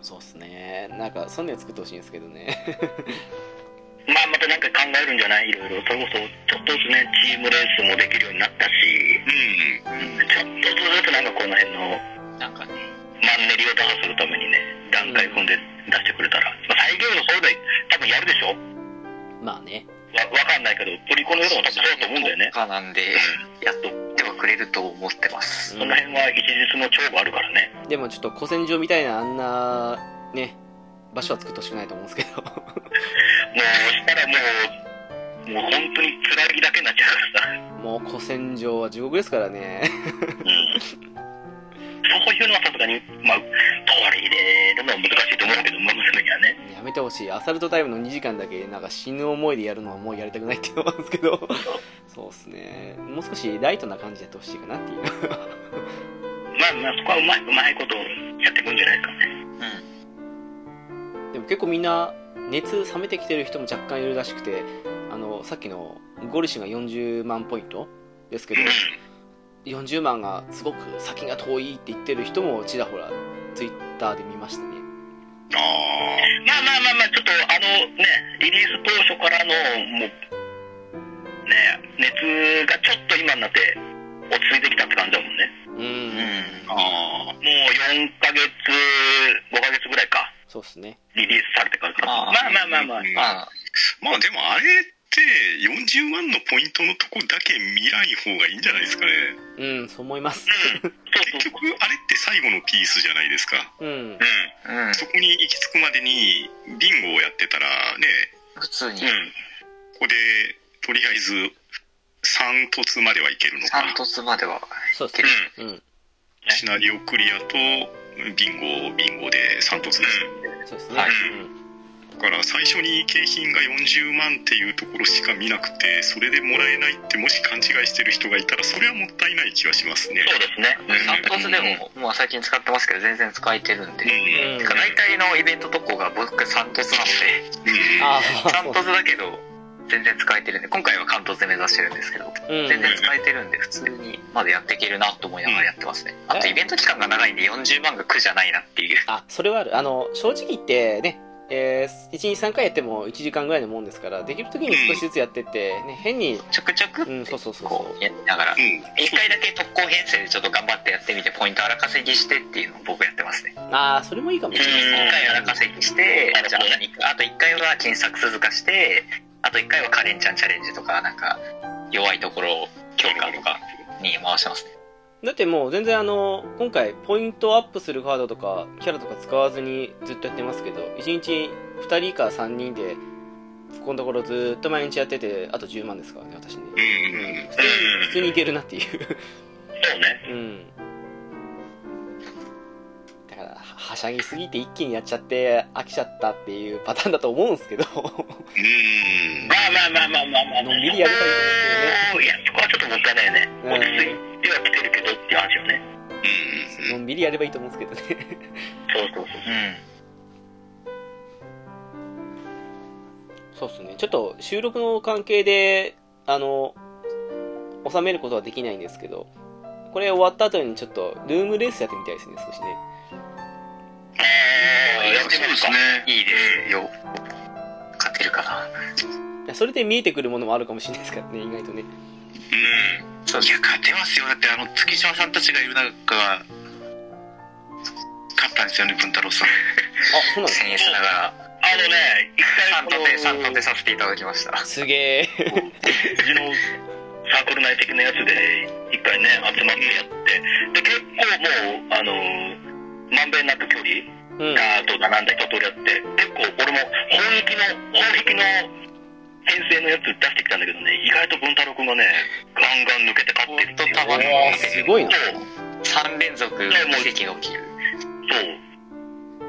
そうっすねなんかそんなの作ってほしいんですけどね *laughs* まあ、またなんか考えるんじゃないいろいろ。それこそ、ちょっとずつね、チームレースもできるようになったし、うん。ちょっとずつなんかこの辺のなんか、マンネリを打破するためにね、段階踏んで出してくれたら。まあ、再現の方で多分やるでしょまあねわわかんないけど、プリコの世でも多分そうだと思うんだよね。他なんで、やっとってはくれると思ってます。その辺は一日の長があるからね。でもちょっと古戦場みたいなあんなね場所は作ってほしくないと思うんですけどもう、したらもう、もう本当につらぎだけになっちゃうからさ。もう古戦場は地獄ですからね。 *laughs* うん。そういうのはさすがに、まあ、通りで、でも難しいと思うけど、まあ、娘にはね。やめてほしい。アサルトタイムの2時間だけ、なんか死ぬ思いでやるのはもうやりたくないっていうのはあるんですけど、そうっすね。もう少しライトな感じでやってほしいかなっていう。まあまあ、そこはうまい、うまいことやってくんじゃないですかね。でも結構みんな、熱冷めてきてる人も若干いるらしくて、あの、さっきのゴリシュが40万ポイントですけど、40万がすごく先が遠いって言ってる人もちらほらツイッターで見ましたね。ああ。まあまあまあまあ、ちょっとあのね、リリース当初からの、もう、ね、熱がちょっと今になって落ち着いてきたって感じだもんね。うーん。ん、うああ。もう4ヶ月、5ヶ月ぐらいか、そうっすね。リリースされてからかな。あまああまあまあまあ。うんん。まあ、まあでもあれって40万のポイントのとこだけ見ない方がいいんじゃないですかね。うん、そう思います。そう結そう。局あれって最後のピースじゃないですか。うん。ううん。そこに行き着くまでにビンゴをやってたらね、普通にん。う、ん。ここでとりあえず3突まではいけるの三か。突までは、そうっすね。うん。シナリオクリアとビンゴ、ビンゴで3突です。そうですね。はいうんだから最初に景品が40万っていうところしか見なくてそれでもらえないってもし勘違いしてる人がいたらそれはもったいない気はしますねそうですね。三突でも、まあ最近使ってますけど、全然使えてるんで。うんうんてか大体のイベントとこが僕3突なので、うんああ、 3突だけど、全然使えてるんで、今回は関東で目指してるんですけど、うん全然使えてるんで、普通にまだやっていけるなと思いながらやってますね。あとイベント期間が長いんで40万が苦じゃないなっていう。あ、それはある。あの、正直言ってね、えー、1、2、3回やっても1時間ぐらいのもんですから、できる時に少しずつやってって、ね、変に、ちょくちょくうん、そうそうそうこそうやりながらう、ん。一回だけ特攻編成でちょっと頑張ってやってみて、ポイント荒稼ぎしてっていうのを僕やってますね。う。ああ、それもいいかもし一れないですね。回荒稼ぎして、じゃあ、あと一回は金策鈴化して、あと一回はカレンちゃんチャレンジとか、なんか、弱いところを強化とかに回してますね。だってもう全然あの、今回ポイントアップするカードとか、キャラとか使わずにずっとやってますけど、1日2人か3人で、ここのところずっと毎日やってて、あと10万ですからね、私ね。うん。うん。普通に普通にいけるなっていう。そうね。うん。だから、ははしゃぎすぎて一気にやっちゃって飽きちゃったっていうパターンだと思うんですけど、う *laughs* ん。まあまあまあまあまあまあ。のんびりやればいいおーいや、そこはちょっともったいないよね。うん落ち着いては来てるけどっていう話よね。と思うんですよね。のんびりやればいいと思うんですけどね。そうそうそそう。うっすね。ちょっと収録の関係で、あの、収めることはできないんですけど、これ終わった後にちょっとルームレースやってみたいですね、少しね。えーー、ややっっててみみるるかか。いいですよ。勝てるかな。いやそれで見えてくるものもあるかもしれないですからね、意外とね。そういや、勝てますよ。だって、あの、月島さんたちがいる中、勝ったんですよね、文太郎さん。あ、そうなんですか僭越ながら、あのね、一回3このと手、3と手させていただきました。すげえ。 *laughs* うちのサークル内的なやつで一回ね集まってやってで結構もうあのまんべんなく距離うん。がどうだなんだ一通りやって結構俺も本域の本域の編成のやつ出してきたんだけどね意外と文太郎君がねガンガン抜けて勝ってるっていうほんとたまんないすごいなそう3連続、奇跡が起きる。そう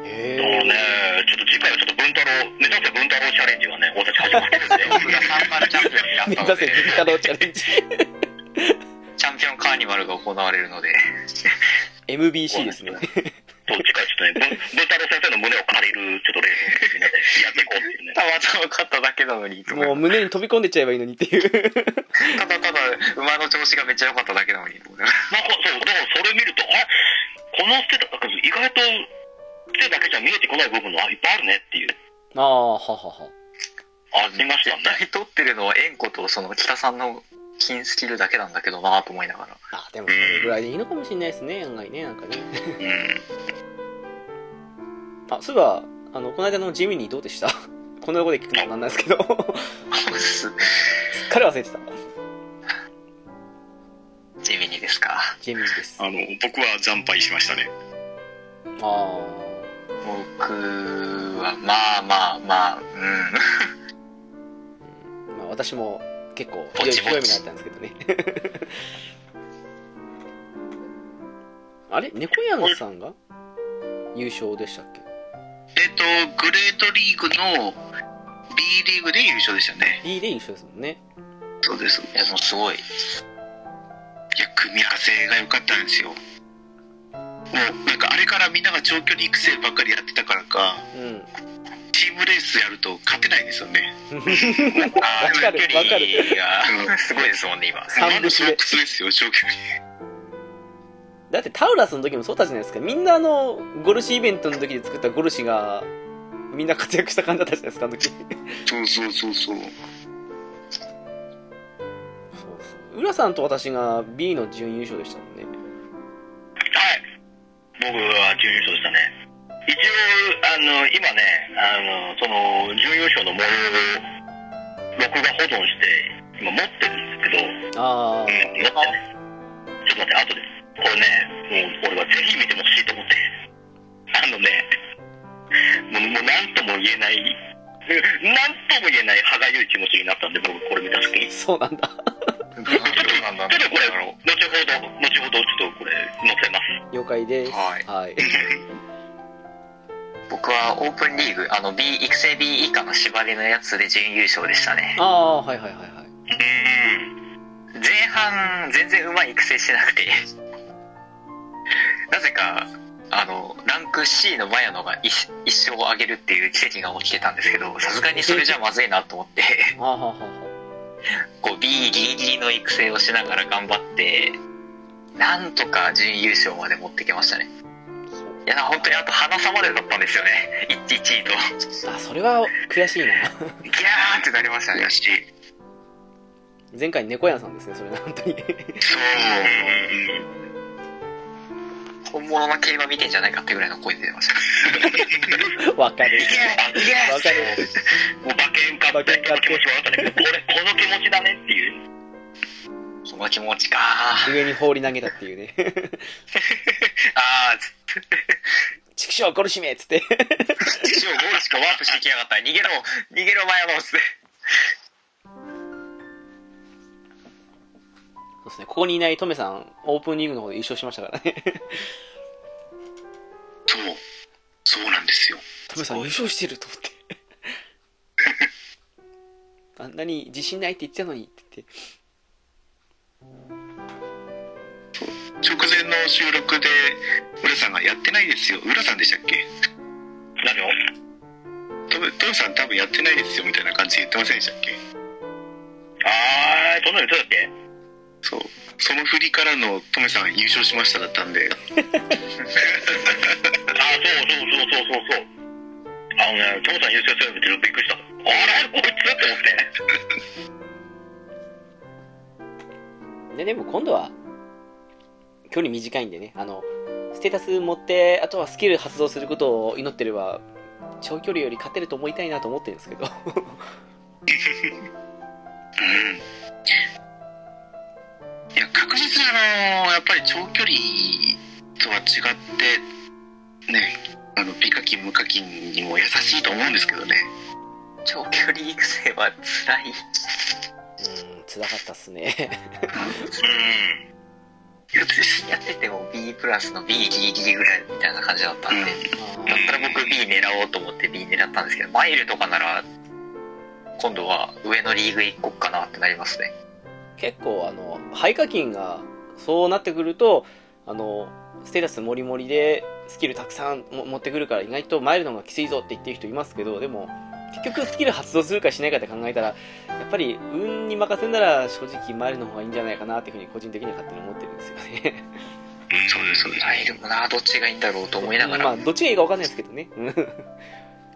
へそうねちょっと次回はちょっと文太郎目指せ文太郎チャレンジはね私始まってるんで僕が3番チャンピオンになっ *laughs* 目た指のせ、でブ、リ太郎チャレンジ。チャンピオンカーニバルが行われるので、 MBC ですね。そう次回ちょっとね文文太郎先生の胸を借りるちょっとレースをみんなでやっていこうっていうねたまたま勝っただけなのに、 *laughs* もう胸に飛び込んでっちゃえばいいのにっていう。 *laughs* ただただ馬の調子がめっちゃ良かっただけなのに、なんかそう、だからそれ見ると、あこの手だ、意外と手だけじゃ見えてこない部分があいっぱいあるねっていう、 *laughs* ああ、ははは。ありました絶ね。対取ってるのは円子とその北さんの金スキルだけなんだけどなぁと思いながら。あ、でもそれぐらいでいいのかもしれないですね、案外ね、なんかね。あ、そういえば、あの、この間のジミニーどうでした *laughs* こんなとこで聞くのもなんなんですけど。 *laughs* すすっかり忘れてた。地味にですか。ジミニーです。ああの、僕は惨敗しましたね。あ僕は、まあまあまあ、うん。ー。まあ、私も結構、ぼちぼちひどい目にあったんですけどね。 *laughs* あれ猫やんさんが優勝でしたっけえっと、グレートリーグの B リーグで優勝でしたね。 ?B で優勝ですもんね。そうです。いいや、でもすごい。や、組み合わせが良かったんですよ。もう、なんかあれからみんなが長距離育成ばっかりやってたからか、 *laughs* うん。チームレースやると勝てないんですよね。あかるわかるがすごいですもんね、今。三の部シしャでーク。スですよ、長距離。だってタウラスの時もそうだったじゃないですか。みんなあの、ゴルシイベントの時で作ったゴルシが、みんな活躍した感じだったじゃないですか、あの時。そうそうそうそうそう。そう。浦さんと私が B の準優勝でしたもんね。はい。僕は準優勝でしたね。一応、あの、今ね、あの、その、準優勝の模様を、録画保存して、今持ってるんですけど、あうん、持ってね。ちょっと待って、後で。これね、もう、俺はぜひ見てほしいと思って。あのね、もう、もうなんとも言えない、なんとも言えない歯がゆい気持ちになったんで、僕、これ見た時あ、に。ちそうなんだ。どうなんょだっ *laughs* とこれ、後ろほど、後ほど、ちょっとこれ、載せます。了解です。はいはい。う。僕はオープンリーグ、あの B、育成 B 以下の縛りのやつで準優勝でしたね。ああ、はいはいはいはい。前半全然うまい育成してなくてなぜかああの、ランク C のマヤノが一一生をあげるっていう奇跡が起きてたんですけど、さすがにそれじゃまずいなと思って、 *laughs* はあ、はあはこう B ギリギリの育成をしながら頑張って、なんとか準優勝まで持ってきましたね。あ、そういや、本当にあと花さまでだったんですよね。1、1位と。あそれは悔しいなギャーってなりましたね。だし、前回猫屋さんですねそれ本当に *laughs* そう。うんうん本物の競馬見てんじゃないかってぐらいの声出てました。わかるいけいけわかるもう馬券買って気持ち悪かったけどこれこの気持ちだねっていうその気持ちか上に放り投げたっていうね *laughs* あー、畜生殺しめっつって一応ゴールしかワープしてきやがった。逃げろ、逃げろ、マヤノス。そうですねここにいないトメさんオープンリーグの方で優勝しましたからねそう。そうなんですよ。トメさん優勝してると思ってあんなに自信ないって言ってたのにって言って直前の収録で、浦さんがやってないですよ。浦さんでしたっけ何をトムトムさん多分やってないですよみたいな感じで言ってませんでしたっけあーそんなの言ってたっけそう。その振りからのトメさん優勝しましただったん *laughs* で。あーそうそうそうそうそうそうあのねトムさん優勝するの見てびっくりしたあれこいつって思ってででも今度は距離短いんでねあのステータス持ってあとはスキル発動することを祈ってれば長距離より勝てると思いたいなと思ってるんですけどうんいや確実にあのやっぱり長距離とは違ってねあの美課金無課金にも優しいと思うんですけどね長距離育成は辛い。うんつらかったっす *laughs* ねうんいやです *laughs* やってても B プラスの B ギリギリぐらいみたいな感じだったんで、うんだあったら僕 B 狙おうと思って B 狙ったんですけど、マイルとかなら、今度は上のリーグ行こっかなってなりますね。ー結構あの廃課金がそうなってくるとあのステータスもりもりでスキルたくさんも持ってくるから意外とマイルドの方がきついぞって言ってる人いますけどでも結局スキル発動するかしないかって考えたらやっぱり運に任せんなら正直マイルドの方がいいんじゃないかなっていうふうに個人的には勝手に思ってるんですよねそうですそうですマイルもな、どっちがいいんだろうと思いながまら、あ、どっちがいいか分かんないですけどね。うん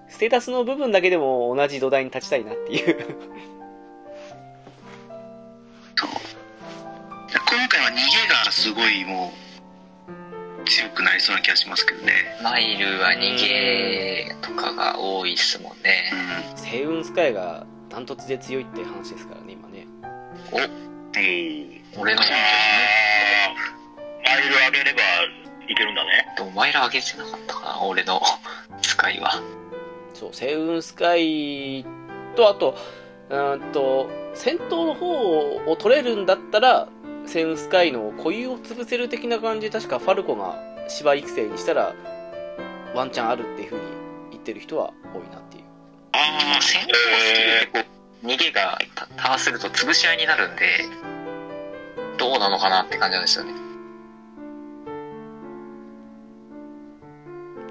ステータスの部分だけでも同じ土台に立ちたいなっていう。今回は逃げがすごいもう強くなりそうな気がしますけどねマイルは逃げとかが多いっすもんね。う *laughs* 星雲スカイがダントツで強いって話ですからね、今ね。俺のああマイル上げればいけるんだねでもマイル上げてなかったかな、俺の *laughs* 使いは。そう、星雲スカイと、あと、うーんと、戦闘の方を取れるんだったら、星雲スカイの固有を潰せる的な感じで、確かファルコが芝育成にしたら、ワンチャンあるっていうふうに言ってる人は多いなっていう。ああ、戦闘スキルでこう、逃げがタターンすると潰し合いになるんで、どうなのかなって感じなんですよね。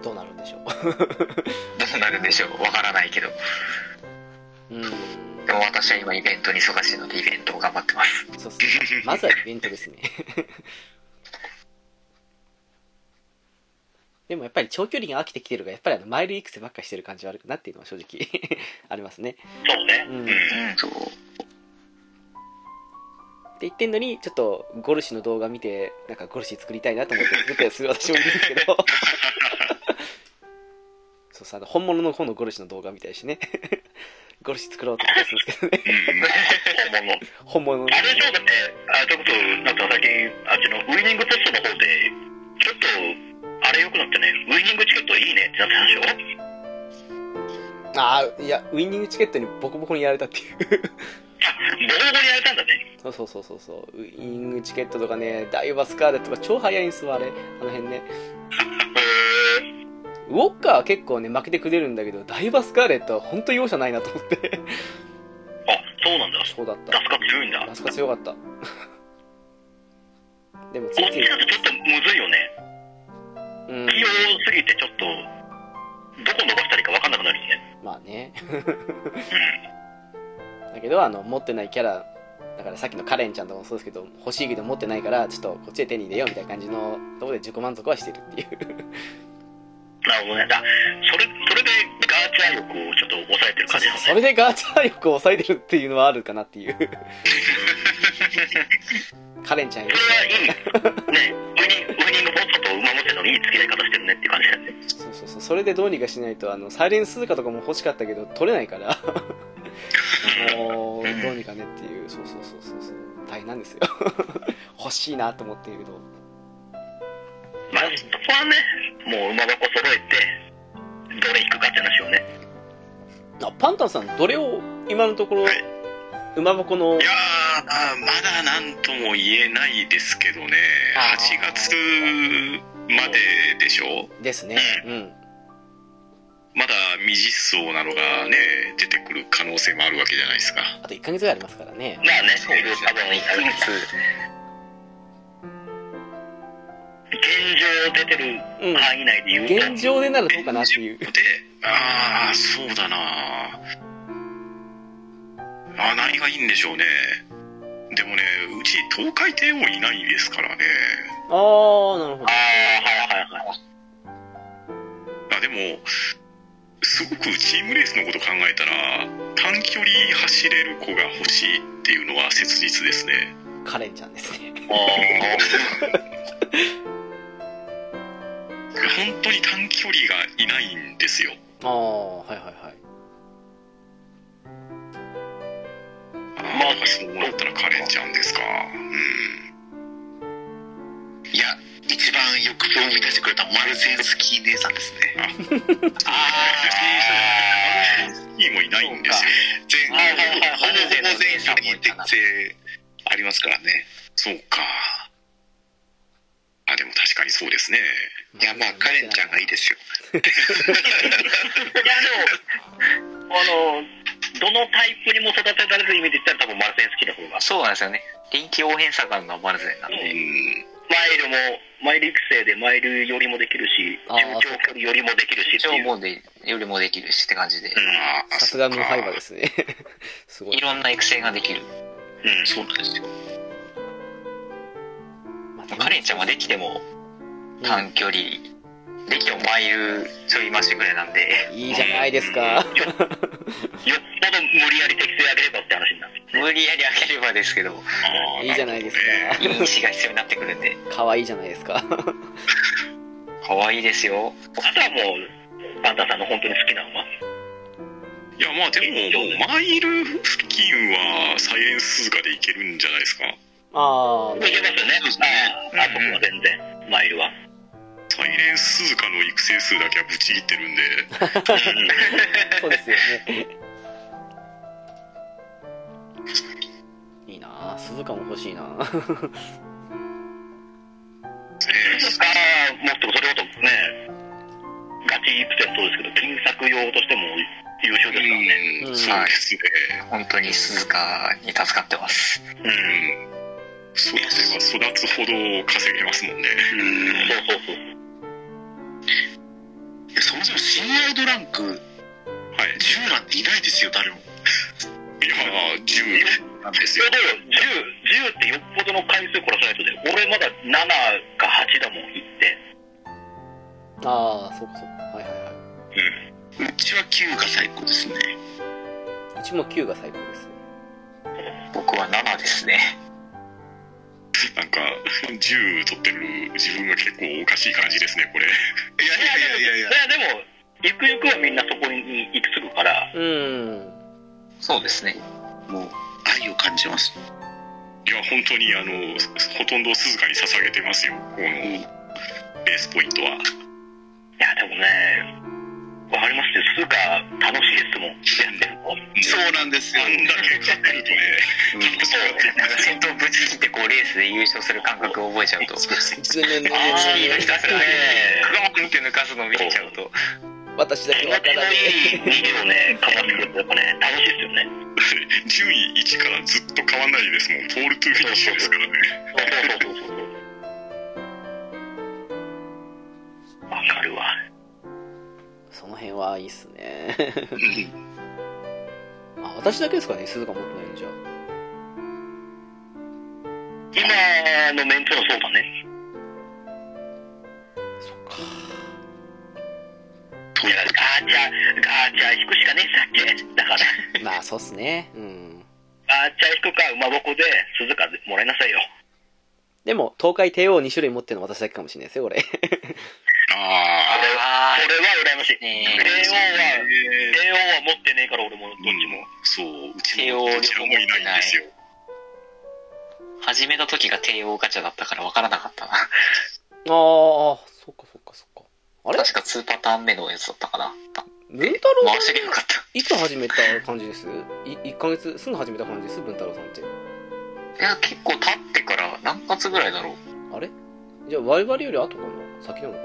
どう *laughs* なるんでしょどうなるんでしょうわからないけど。う。うん。でも私は今イベントに忙しいのでイベントを頑張ってます。そうですね。まずはイベントですね。 *laughs* でもやっぱり長距離が飽きてきてるから、やっぱりあのマイル育成ばっかりしてる感じはあるなっていうのは正直 *laughs* ありますね。そうねうん。っうんてんそう言ってんのに、ちょっとゴルシの動画見て、なんかゴルシ作りたいなと思って作ったりする私もいるんですけ *laughs* ど。そうさ、あの本物の方のゴルシの動画見たりしてね。ゴルシ作ろうと思ったりするんですけどね。本物本物の。あれでしょだって、あ、ちょっと、なんか最近、あっちのウイニングテストの方で、ちょっと、あれ良くなってね、ウイニングチケットいいねってなったでしょああ、いや、ウイニングチケットにボコボコにやられたっていう。ボロボロにやれたんだね。そうそうそうそうそうウイングチケットとかねダイバスカーレットとか超速いんですわあれあの辺ねへウォッカーは結構ね負けてくれるんだけどダイバスカーレットは本当容赦ないなと思ってー。あ、そうなんだ。そうだったラスカ強いんだ。こラスカ強かったでもつっいついちだとちょっとむずいよね。うん器。用すぎてちょっと、どこ伸ばしたらいいか分かんなくなるよね。まあね。うん。だけど、あの、持ってないキャラ、だからさっきのカレンちゃんとかもそうですけど、欲しいけど持ってないから、ちょっとこっちで手に入れようみたいな感じのところで自己満足はしてるっていう。なるほどね。だそれ、それでガーチャー欲をちょっと抑えてるそう感そうじなんそれでガーチャー欲を抑えてるっていうのはあるかなっていう。カレンちゃんよそれはいい。ね、ウニ、ウニのボスと馬持ってるのにいい付き合い方してるねっていう感じだよね。そうそうそうそれでどうにかしないとあのサイレンススーカとかも欲しかったけど取れないからもうどうにかねっていうそうそうそうそうそう大変なんですよ *laughs* 欲しいなと思ってるけどまあ、そこはね、もう馬箱揃えて、どれ引くかって話をね。あパンタンさんどれを今のところ、はい馬箱のいやーあーまだなんとも言えないですけどねあー8月まででしょですねうんまだ未実装なのがね出てくる可能性もあるわけじゃないですかあと1ヶ月ぐらいありますからねまあね、そうです多ね。分、あの1ヶ月現状出てるうん範囲内で言うと、現状でならどうかなっていうでああそうだなあー何がいいんでしょうねでもねうち東海帝王いないですからねああなるほどああ、はいはいはい。あでもすごくチームレースのこと考えたら短距離走れる子が欲しいっていうのは切実ですねカレンちゃんですね *laughs* 本当に短距離がいないんですよああはいはいはいああそうなったらカレンちゃんですかうんいや、一番欲望を満たしてくれたマルゼンスキー姉さんですね。ああ、いいもいないんですよ全あーほぼほぼ全距離に適性ありますからね。そうかあでも確かにそうですねいや、まあ、カレンちゃんがいいですよ。いや、でも、あの、どのタイプにも育てられる意味で言ったら多分マルセン好きな方が。そうなんですよね。臨機応変さが生まれずになっうんて。マイルも、マイル育成でマイル寄りもできるし、あ中ー長距離寄りもできるしって一応いう。もうで、よりもできるしって感じで、ああさすがムーファイバーですすね *laughs* すごいいろんな育成ができる。うんそうなんですよ。まあカレンちゃんはできても短距離、できてもマイルちょい増しぐらいなんで、いいじゃないですかよっぽど無理やり適性上げればって話になる。無理やり上げればですけど、あーいいじゃないですかなるいい意志が必要になってくるんで、可愛いじゃないです *laughs* か可愛いですよ。あとはもう、パンダさんの本当に好きな馬。ほどねいやまあでももうマイル付近はサイレンススズカでいけるんじゃないですかああいけますよね。そうですねあそこは全然、マイルは。サイレンススズカの育成数だけはぶち切ってるんでそうですよねいいなあ鈴鹿も欲しいな鈴鹿はもっとそれこそね、ガチイプセンそうですけど、金策用としても優秀ですからね。ううんんそうですね本当に鈴鹿に助かってます。うん。それでは育つほど稼げますもんねそうそうそう。いやそもそもシニアドランクはい10なんていないですよ、誰も。いやー10なんですいよやだよ、10、10ってよっぽどの回数殺さないとだよ。俺まだ7か8だもん、行って。ああそうかそうかはいはいはうちは9が最高ですね。いうちも9が最高です僕は7ですね。なんか10取ってる自分が結構おかしい感じですねこれいやいやいやいやいや。いやでも、ゆくゆくはみんなそこに行き着くから、うーんそうですね。もう、愛を感じます。いや本当にあのほとんど鈴鹿に捧げてますよこのレースポイントはいやでもね、わかりますよ、鈴鹿楽しいですもん、やってると。そうなんですよあ。んだけ勝ってるとねなんか先頭ぶち切ってこうレースで優勝する感覚を覚えちゃうと、全然ねあスピードひたすら上げてあー、グワンって抜かすのを見てちゃうと、私だ気け持わかちのらねいい逃げをね、かましてくるとやっぱね、楽しいですよね。順位1からずっと変わんないですもんポールトゥーフィニッシュですからねそうそうそうそう。辺はいいっすね。 *laughs* あ、私だけですかね、鈴が持ってないんじゃ。今のメンツもそうだね。そっか。いや、ガーチャ、ガーチャ引くしかねえさっき。だから、まあ、そうっすね。うん。ガーチャ引くか、馬ボコで、鈴鹿でもらいなさいよ。でも、東海帝王2種類持ってるの私だけかもしれないですよ、俺。ああれはそれは羨ましい。ね帝王は、帝王は持ってねえから俺もどっーちも。そう、うちのどちらもいないんですよ。始めた時が帝王ガチャだったから分からなかったな。あー、そっかそっかそっか。あれ確か2パターン目のやつだったかな。文太郎回しさてけばよん、かった。いつ始めた感じですい ?1 ヶ月、すぐ始めた感じです文太郎さんって。いや、結構経ってから何月ぐらいだろう。あれじゃあ、ワイバリより後かな先なのか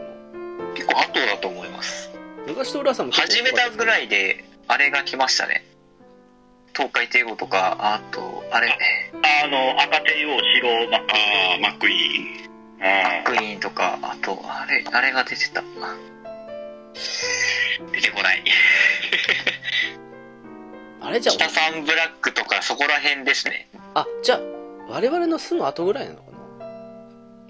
結構後だと思います。な昔と浦さんも結構始めたぐらいで、あれが来ましたね。東海帝王とか、あと、あれ、あの、赤帝王、白、ま、ああ、マックイーン。あクイーンとか、あと、あれ、あれが出てた。出てこない。あれじゃ北サンブラックとか、そこら辺ですね。あ、あ、じゃあ、我々のすぐ後ぐらいなのかな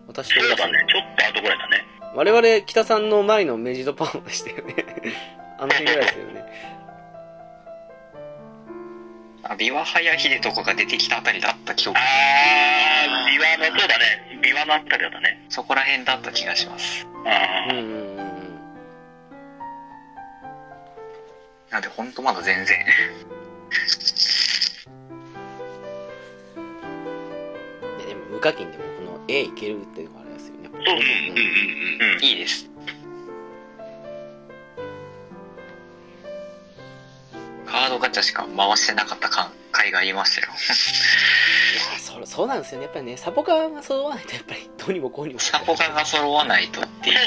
私とそう浦さだん。ね、ちょっと後ぐらいだね。我々、北さんの前の明治ドパンでしたよね。 *laughs* あの辺ぐらいですよね。あビワハヤヒデとかが出てきたあたりだった記憶あ。ー、ビワの、そうだね、ビワのあたりだったね。そこら辺だった気がします。あうーんうんうんうん。なんで、ほんとまだ全然。いやでも、無課金でもこの A いけるっていうのがあれですよね。そうそううんうんうんうん。 *laughs* いいです。カードガチャしか回してなかった感回がいましたよ。いやーそそうなんですよねやっぱりねサポカーが揃わないとやっぱりどうにもこうにもサポカが揃わないとっていう。そ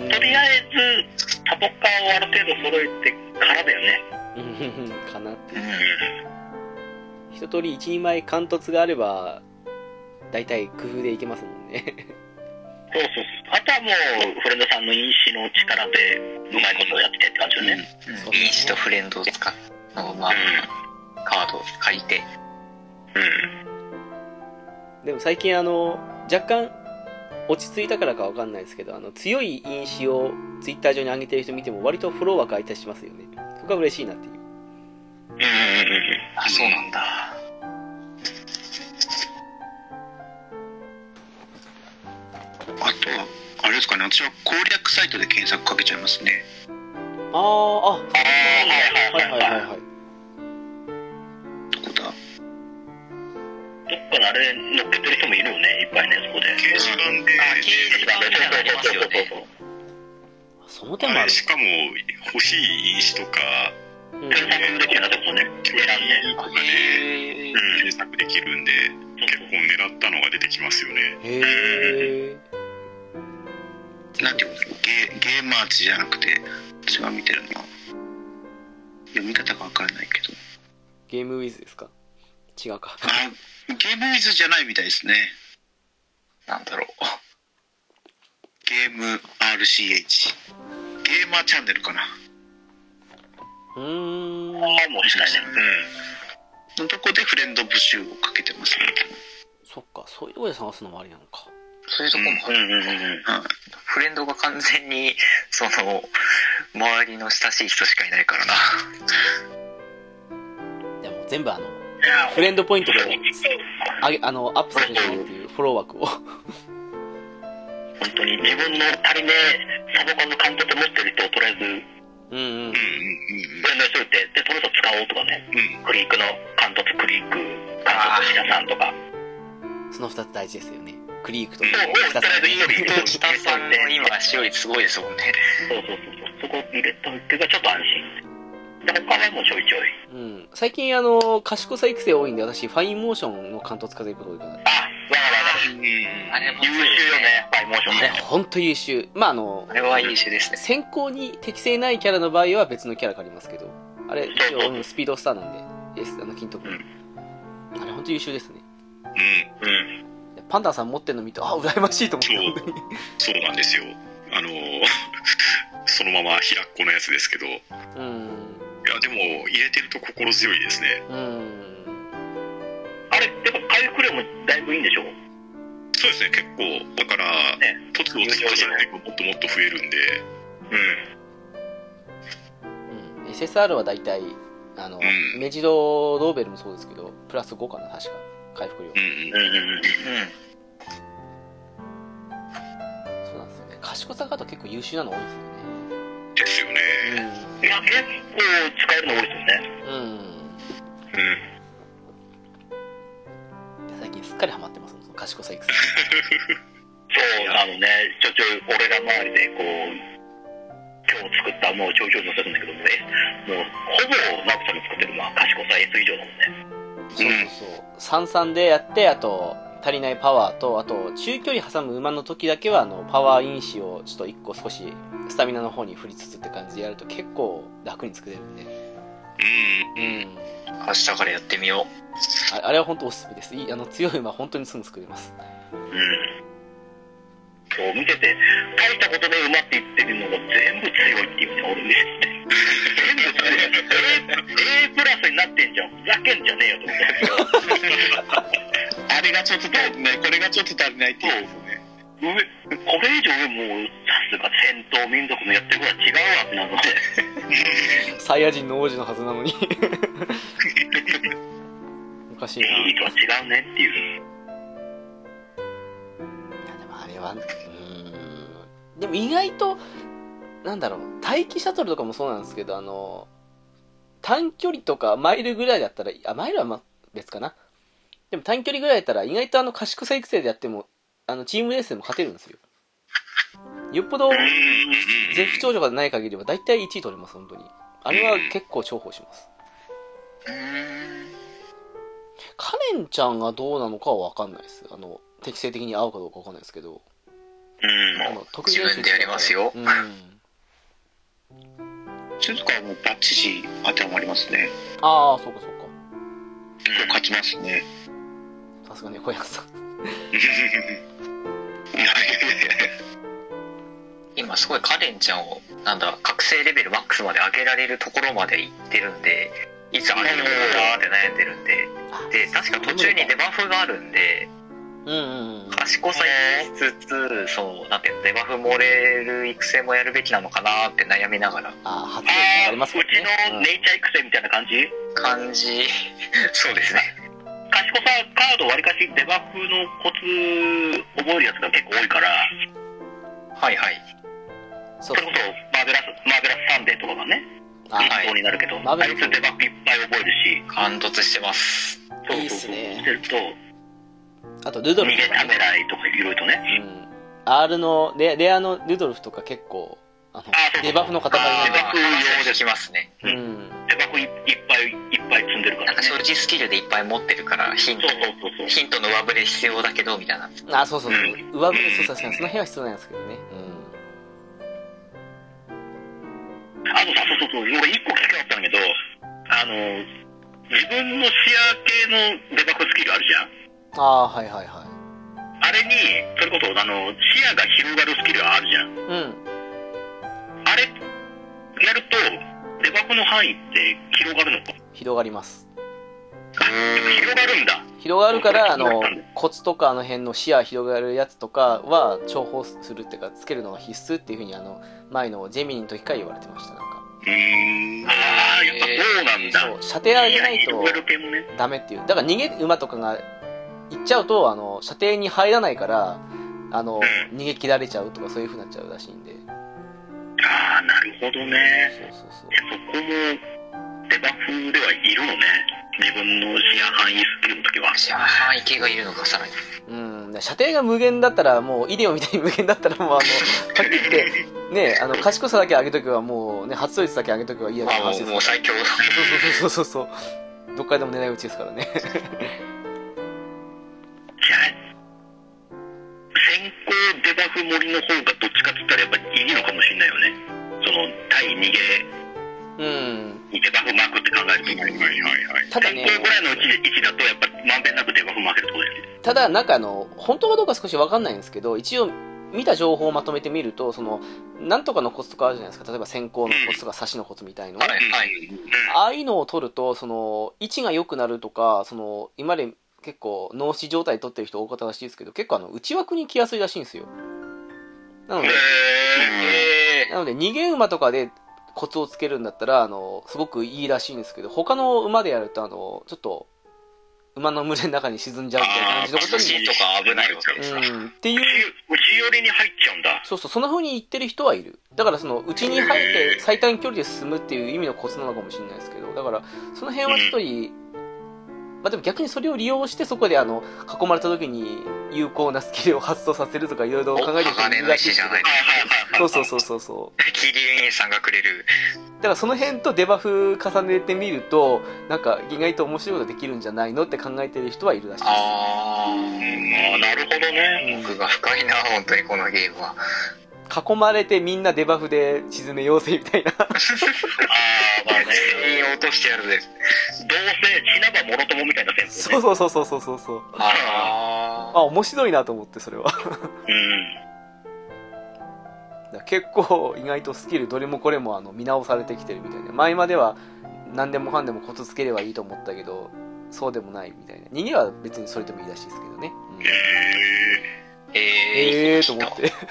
ううんね、とりあえず、サポカーをある程度揃えてからだよね。うんうんうんかなってうん。一通り一人前貫突があれば大体工夫でいけますもんねそうそうそう。あとはもう、フレンドさんの因子の力で、うまいことをやってって感じだね。そうインシとフレンドを使ったのまあ、カードを借りて。うん。でも最近あの若干落ち着いたからかわかんないですけどあの強い因子をツイッター上に上げてる人見ても割とフォロワーが開いたりしますよねそこは嬉しいなっていううんうんうんうん。あ、そうなんだ。あとは、あれですかね、私は攻略サイトで検索かけちゃいますね。あああああ、ははいはいはははいいはいい、いはい。はいどこだどっかのあれ乗っけてる人もいるよね、いっぱいね、そこで。掲示板で、あ、掲示板みたいなのありますよ *laughs* ね。その手もああるれしかも欲しい因子とか、うん検索できるなとこね。選んで。とかでへー検索できるんで、結構狙ったのが出てきますよね。へえなんていうのゲーゲーマーチじゃなくて、私が見てるのは、読み方がわからないけど。ゲームウィズですか違うかあ、ゲームウィズじゃないみたいですね。なんだろう。ゲーム RCH。ゲーマーチャンネルかな。うーんああ、もうしないね。のとこでフレンド募集をかけてますね。そっか、そういうところで探すのもありなのか。そういうとこも、うん。うんうんうん。はい。フレンドが完全に、その、周りの親しい人しかいないからな。でも全部あの、いや、フレンドポイントで、あげ、あの、アップさせるしかないっていうフォロー枠を。本当に自分の足りねえサボカンの監督持ってる人をとりあえず、うんうん。フレンドにしといて、で、その人使おうとかね。うんクリークの監督、クリーク、監督、シカさんとか。その二つ大事ですよね。クリークとそう、もうと北さんりあえずいいよ、いいよ。北さんの今、視聴率すごいですもんね。そうそうそうそう。そこ入れといてがちょっと安心。で、他はもうちょいちょい。うん。最近、あの、賢さ育成多いんで、私、ファインモーションの関東使っていくこと多いかな。ね、あ、わかるわかる。あれも優秀よ。ね、ファイモーションね。ほんと優秀。まあ、あのあ、れは優秀ですね。先行に適正ないキャラの場合は別のキャラがありますけど、あれ、一応、うんスピードスターなんで、エース、あの、金徳。あれ、ほんと優秀ですね。うん、うん。パンダさん持ってるの見て、あ、羨ましいと思って、本当に。そうなんですよ。あのー *laughs* そのまま平っこのやつですけど、いうん。や、でも、入れてると心強いですね。うん。あれ、でも回復量もだいぶいいんでしょうそうですね、結構、だから、ね凸を突き刺されていくもっともっと増えるんで、うん。うん、SSR は大体、あの、んメジロローベルもそうですけど、プラス5かな、確か。回復量う。んうんうんうん。うそうなんですよね。賢さがあと結構優秀なの多いですようん。ですよね。ね。いや、結構使えるの多いですよね。うん。うん。最近すっかりハマってます、その賢さ育成。そう、あのね、ちょちょい俺ら周りでこう、今日作ったもうちょいちょい載せるんだけどもね、もうほぼナプさんの作ってるのは賢さ S 以上だもんね。そうそうそう。三三でやって、あと、足りないパワーと、あと、中距離挟む馬の時だけは、あの、パワー因子をちょっと一個少し、スタミナの方に振りつつって感じでやると結構楽に作れるんで。うん。うん。ん。明日からやってみよう。ああれは本当おすすめです。いい、あの、強い馬本当にすぐ作れます。うん。そう、見てて、大したことで馬って言ってるのが全部強いっていうね、俺ね。全部強い。A プラスになってんじゃん。ふざけんじゃねえよと思ったけど。あれがちょっと足りない、これがちょっと足りないっていうですよね。上これ以上上もうさすが戦闘民族のやってることは違うわってなるのでサイヤ人の王子のはずなのに。 *laughs* おかしいな。いいとは違うねっていういやでもあれはうーんでも意外となんだろう待機シャトルとかもそうなんですけどあの短距離とかマイルぐらいだったらあマイルはまあ別かなでも短距離ぐらいだったら意外とあの賢さ育成でやってもあのチームレースでも勝てるんですよよっぽど絶不調女がない限りは大体1位取れます本当にあれは結構重宝しますカレンちゃんがどうなのかは分かんないですあの適正的に合うかどうか分かんないですけどうんあの特技自分でやりますようんちょっとこれはもうバッチリ当てはまりますね。ああそうかそうか結構勝ちますね。さすが猫屋さん今すごいカレンちゃんを、なんだ、覚醒レベルマックスまで上げられるところまで行ってるんで、いつ上げるのかなーって悩んでるんで、で、確か途中にデバフがあるんで、うんうんうん賢さ生きつつ、そう、なんていうの、デバフ漏れる育成もやるべきなのかなーって悩みながら、ああ発言があありーますもうんちのねネイチャー育成みたいな感じ感じ、 *laughs* そうですね。賢さカードわりかしデバッグのコツ覚えるやつが結構多いからはいはい。うんそそうれこそマーベラスマーベラスサンデーとかがねあ一はい本になるけど、マーベあラいスつデバッグいっぱい覚えるし貫突してます。そういいっそうすそうねしてるとあとルド逃ルげフとたかめねらいとかいろいろとねうん R のレレアのルドルフとか結構あのあそうデバフの塊あなんーでバフ用できますね。うんうんデバッグいいっぱいいっぱい積んでるかならんねかそ所う持スキルでいっぱい持ってるから、ヒントそう、そうそうヒントの上振れ必要だけど、みたいな。あそうそうそう上振れそう確かにその辺は必要なんですけどねあとさ、そうそうそう、俺一個聞きたかったんだけど、あの、自分の視野系のデバッグスキルあるじゃん。うんああはいはいはいあれに、それこそ、あの、視野が広がるスキルあるじゃん。うんあれ、やると、デバッグの範囲って広がるのか。広がります広がるんだ。広がるからあの広がったんだコツとかあの辺の視野広がるやつとかは重宝するっていうかつけるのが必須っていうふうにあの前のジェミニの時から言われてましたなんかうん。ああ、やっぱそうなんだ。そう射程上げない視野と広がる系もね。ダメっていうだから逃げ馬とかが行っちゃうとあの射程に入らないからあのう逃げ切られちゃうとかそういうふうになっちゃうらしいんでああ、なるほどね。そうそうそうそこも、デバッグではいるのね。自分の視野範囲スキルの時は。じゃあ、範囲系がいるのか、さらに。うん、射程が無限だったら、もう、イデオみたいに無限だったら、もう、あの、はっきり言って、ね、あの、賢さだけ上げとけば、もう、ね、発動率だけ上げとけばいいやってまあ、も話うですもかう最強。ら。そうそうそうそうそう。どっからでも狙い撃ちですからね。じゃあ、先行デバフ盛りの方がどっちかって言ったらやっぱりいいのかもしれないよね。その、対逃げうん。にデバフ巻くって考えると。はいはいはいはい。ただ先ね行、ぐらいの位置だとやっぱまんべんなくデバフ巻けるってことですよね。ただ、なんかあの、本当かどうか少しわかんないんですけど、一応、見た情報をまとめてみると、その、なんとかのコツとかあるじゃないですか。例えば先行のコツとか差しのコツみたいの。はいはいああいうのを取ると、その、位置が良くなるとか、その、今まで結構脳死状態で取ってる人多かったらしいですけど、結構あの、内枠に来やすいらしいんですよ。なので、なので、逃げ馬とかでコツをつけるんだったら、あの、すごくいいらしいんですけど、他の馬でやると、あの、ちょっと、馬の群れの中に沈んじゃうみたいな感じのこと寿に司とか危ないわけですか、うん、っていう、内寄りに入っちゃうんだ。そうそう、そんな風に言ってる人はいる。だから、その、内に入って最短距離で進むっていう意味のコツなのかもしれないですけど、だから、その辺は一人、まあでも逆にそれを利用して、そこで、あの、囲まれた時に有効なスキルを発動させるとか、いろいろ考えておる人もい鋼るのらしいです石じけゃどないそうそうそうそうそう。キリエンさんがくれるだからその辺とデバフ重ねてみるとなんか意外と面白いことできるんじゃないのって考えてる人はいるらしいですあーまあ、なるほどね。奥が深いな本当にこのゲームは囲まれてみんなデバフで沈めようぜみたいなああ、まあね。全員落としてやるですどうせ死なばもろともみたいな戦法そうそうそうそうそうそうそうああ面白いなと思ってそれはうん。だから結構意外とスキルどれもこれもあの見直されてきてるみたいな前までは何でもかんでもコツつければいいと思ったけどそうでもないみたいな逃げは別にそれでもいいらしいですけどね、うんーえええー、と思って。 *laughs*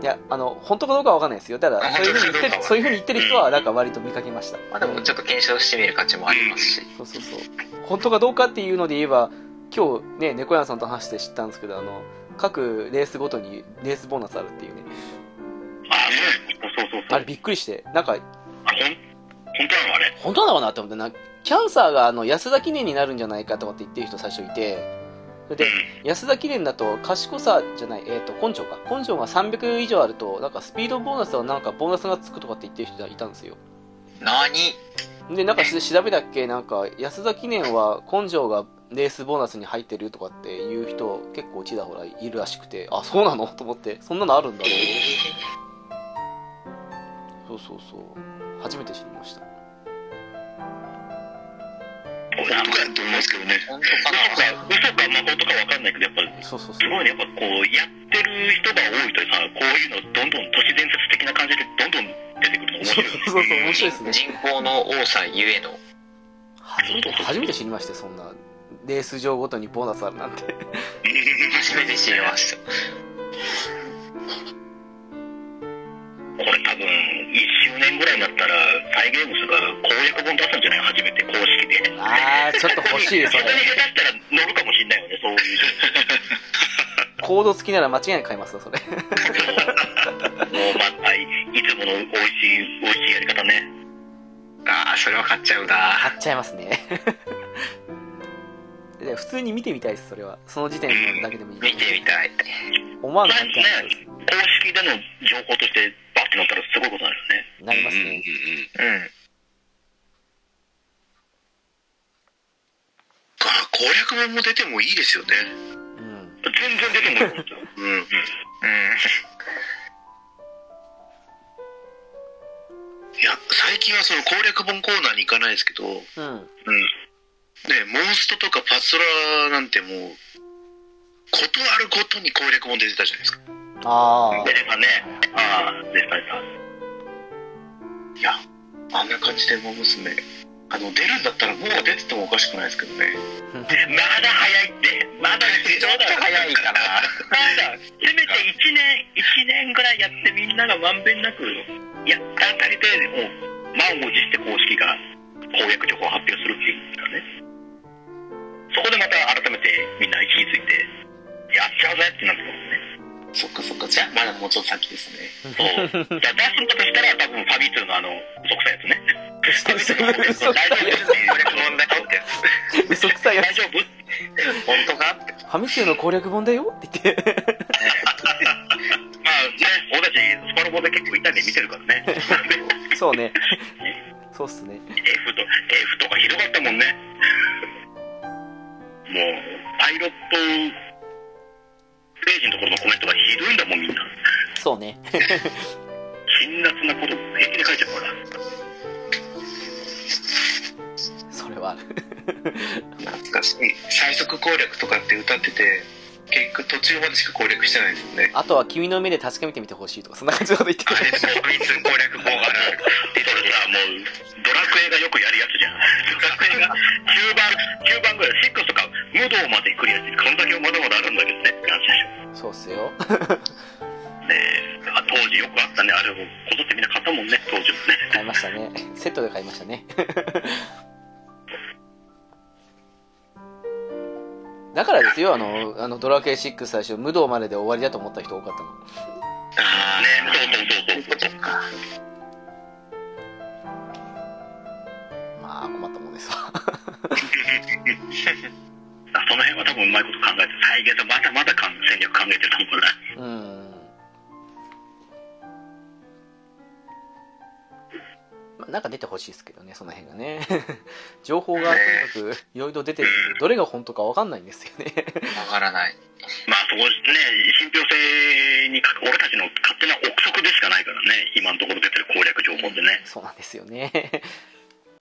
いや、あの、本当かどうかは分かんないですよ。ただ、そういうふうに言ってる、そういうふうに言ってる人は、なんか割と見かけました。まあでもちょっと検証してみる価値もありますしそうそうそう。本当かどうかっていうので言えば、今日ね、猫屋さんと話して知ったんですけど、あの、各レースごとにレースボーナスあるっていうね。あね。そうそうそあう。れびっくりして、なんか、あ、ほん、本当なのあれ。本当なのかなって思って、なんかキャンサーがあの安田記念になるんじゃないかとかって言ってる人最初いて、それで、安田記念だと賢さじゃない、えっ、と、根性か。根性が300以上あると、なんかスピードボーナスはなんかボーナスがつくとかって言ってる人がいたんですよ。何で、なんかし調べたっけなんか、安田記念は根性がレースボーナスに入ってるとかっていう人結構ちらほらいるらしくて、あ、そうなのと思って、そんなのあるんだと思って。そうそうそう。初めて知りました。本当かと思いますけどね。本当か嘘なか、嘘か誠かわかんないけど、やっぱ、そうそうそう。すごいね。やっぱこう、やってる人が多いとさ、こういうのどんどん都市伝説的な感じでどんどん出てくるの面そ白ういよね。そうそう、面白いですね。人口の多さゆえの初めて初めて知りましてそんなレース場ごとにボーナスあるなんて初めて知りましたこれ多分、1周年ぐらいになったら、サイゲームスが攻略本出すんじゃない初めて公式で。ああちょっと欲しいそ本れ当に下手したら乗るかもしれないよね、そういう。コード付きなら間違いなく買いますよそれもう、まあ、いつもの美味しい、美味しいやり方ね。ああそれは買っちゃうな買っちゃいます *laughs* ねで普通に見てみたいですそれはその時点だけでもいい見てみたい思わぬ発見に公式での情報として、バッてなったらすごいことになるなりまよね。すねうんあ攻略本も出てもいいですよね。うん全然出てもいいと思うんですよ。うん。いや、最近はその攻略本コーナーに行かないですけど、ね、うんモンストとかパズドラなんてもう、ことあるごとに攻略本出てたじゃないですか。ああ出ればね、ああ、出た出た。いや、あんな感じで、馬娘。あの、出るんだったらもう出ててもおかしくないですけどね。 *laughs* まだ早いって。まだ、ちょっと早いかな。まだ、せめて1年、一年ぐらいやってみんながまんべんなく、やったあたりで、もう、満を持して公式が公約情報を発表するっていうんだね。そこでまた改めてみんな気づいて、やっちゃうぜってなるそっかそっか。じゃあ、まだもうちょっと先ですね。と思うね。そう。だから出すんだとしたら、多分ファミ通のあの、即さやつね。嘘嘘嘘大丈夫ですって言われて問題取って。嘘くさいや大つ丈 *laughs* 夫本当かってファミ通の攻略本だよって言ってまあね、俺たちスパロボで結構痛い目見てるからね。そうねそうっすね F と、F とかひどかったもんね。もう、パイロットページのところのコメントがひどいんだもん、みんな。そうね辛辣なこと平気で書いちゃうから。それはある懐かしい。最速攻略とかって歌ってて、結局途中までしか攻略してないですね。あとは君の目で確かめてみてほしいとか、そんな感じのこと言ってある。れ、もういつ攻略法がある。それさ、もう、ドラクエがよくやるやつじゃん。ドラクエが中盤、中盤ぐらい、6とか、無道まで来るやつ、こんだけまだまだあるんだけどねって話でしょ。そうっすよ。ねえあ当時よくあったね、あれを、こぞってみんな買ったもんね、当時もね。買いましたね。セットで買いましたね。だからですよ、あの、あのドラクエ6最初、無道までで終わりだと思った人多かったの。あねそうそうそうそう。まあ、困ったもんですわ。あその辺は多分うまいこと考えて、再現とまだまだ感戦略考えてたもんな。 *laughs* うん。まあ、なんか出てほしいですけどね、その辺がね。情報がとにかくいろいろ出てるんで、どれが本当かわかんないんですよね。わからない。まあそこね、信憑性にか俺たちの勝手な憶測でしかないからね、今のところ出てる攻略情報でね。そうなんですよね。